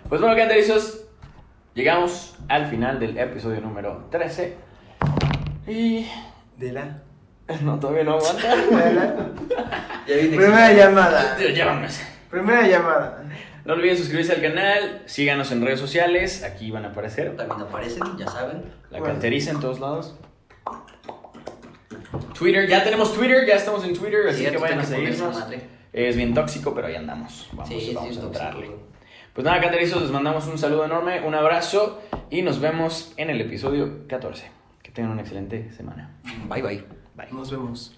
Speaker 1: Pues bueno, cantarizos, llegamos al final del episodio número 13. Y.
Speaker 3: De la.
Speaker 1: No, todavía no aguanta.
Speaker 3: De la.
Speaker 2: Ya viene.
Speaker 3: Primera llamada.
Speaker 1: Ya vámonos.
Speaker 3: Primera llamada.
Speaker 1: No olviden suscribirse al canal, síganos en redes sociales, aquí van a aparecer.
Speaker 2: También aparecen, ya saben.
Speaker 1: La canteriza en todos lados. Twitter, ya tenemos Twitter, ya estamos en Twitter, así que
Speaker 2: Cierto,
Speaker 1: vayan a
Speaker 2: tengo que poner esa
Speaker 1: seguirnos.
Speaker 2: madre.
Speaker 1: Es bien tóxico, pero ahí andamos. Vamos,
Speaker 2: Sí, sí,
Speaker 1: vamos
Speaker 2: es
Speaker 1: a
Speaker 2: tóxico,
Speaker 1: entrarle.
Speaker 2: güey.
Speaker 1: Pues nada, canterizos, les mandamos un saludo enorme, un abrazo y nos vemos en el episodio 14. Que tengan una excelente semana.
Speaker 2: Bye, bye.
Speaker 1: Bye.
Speaker 3: Nos vemos.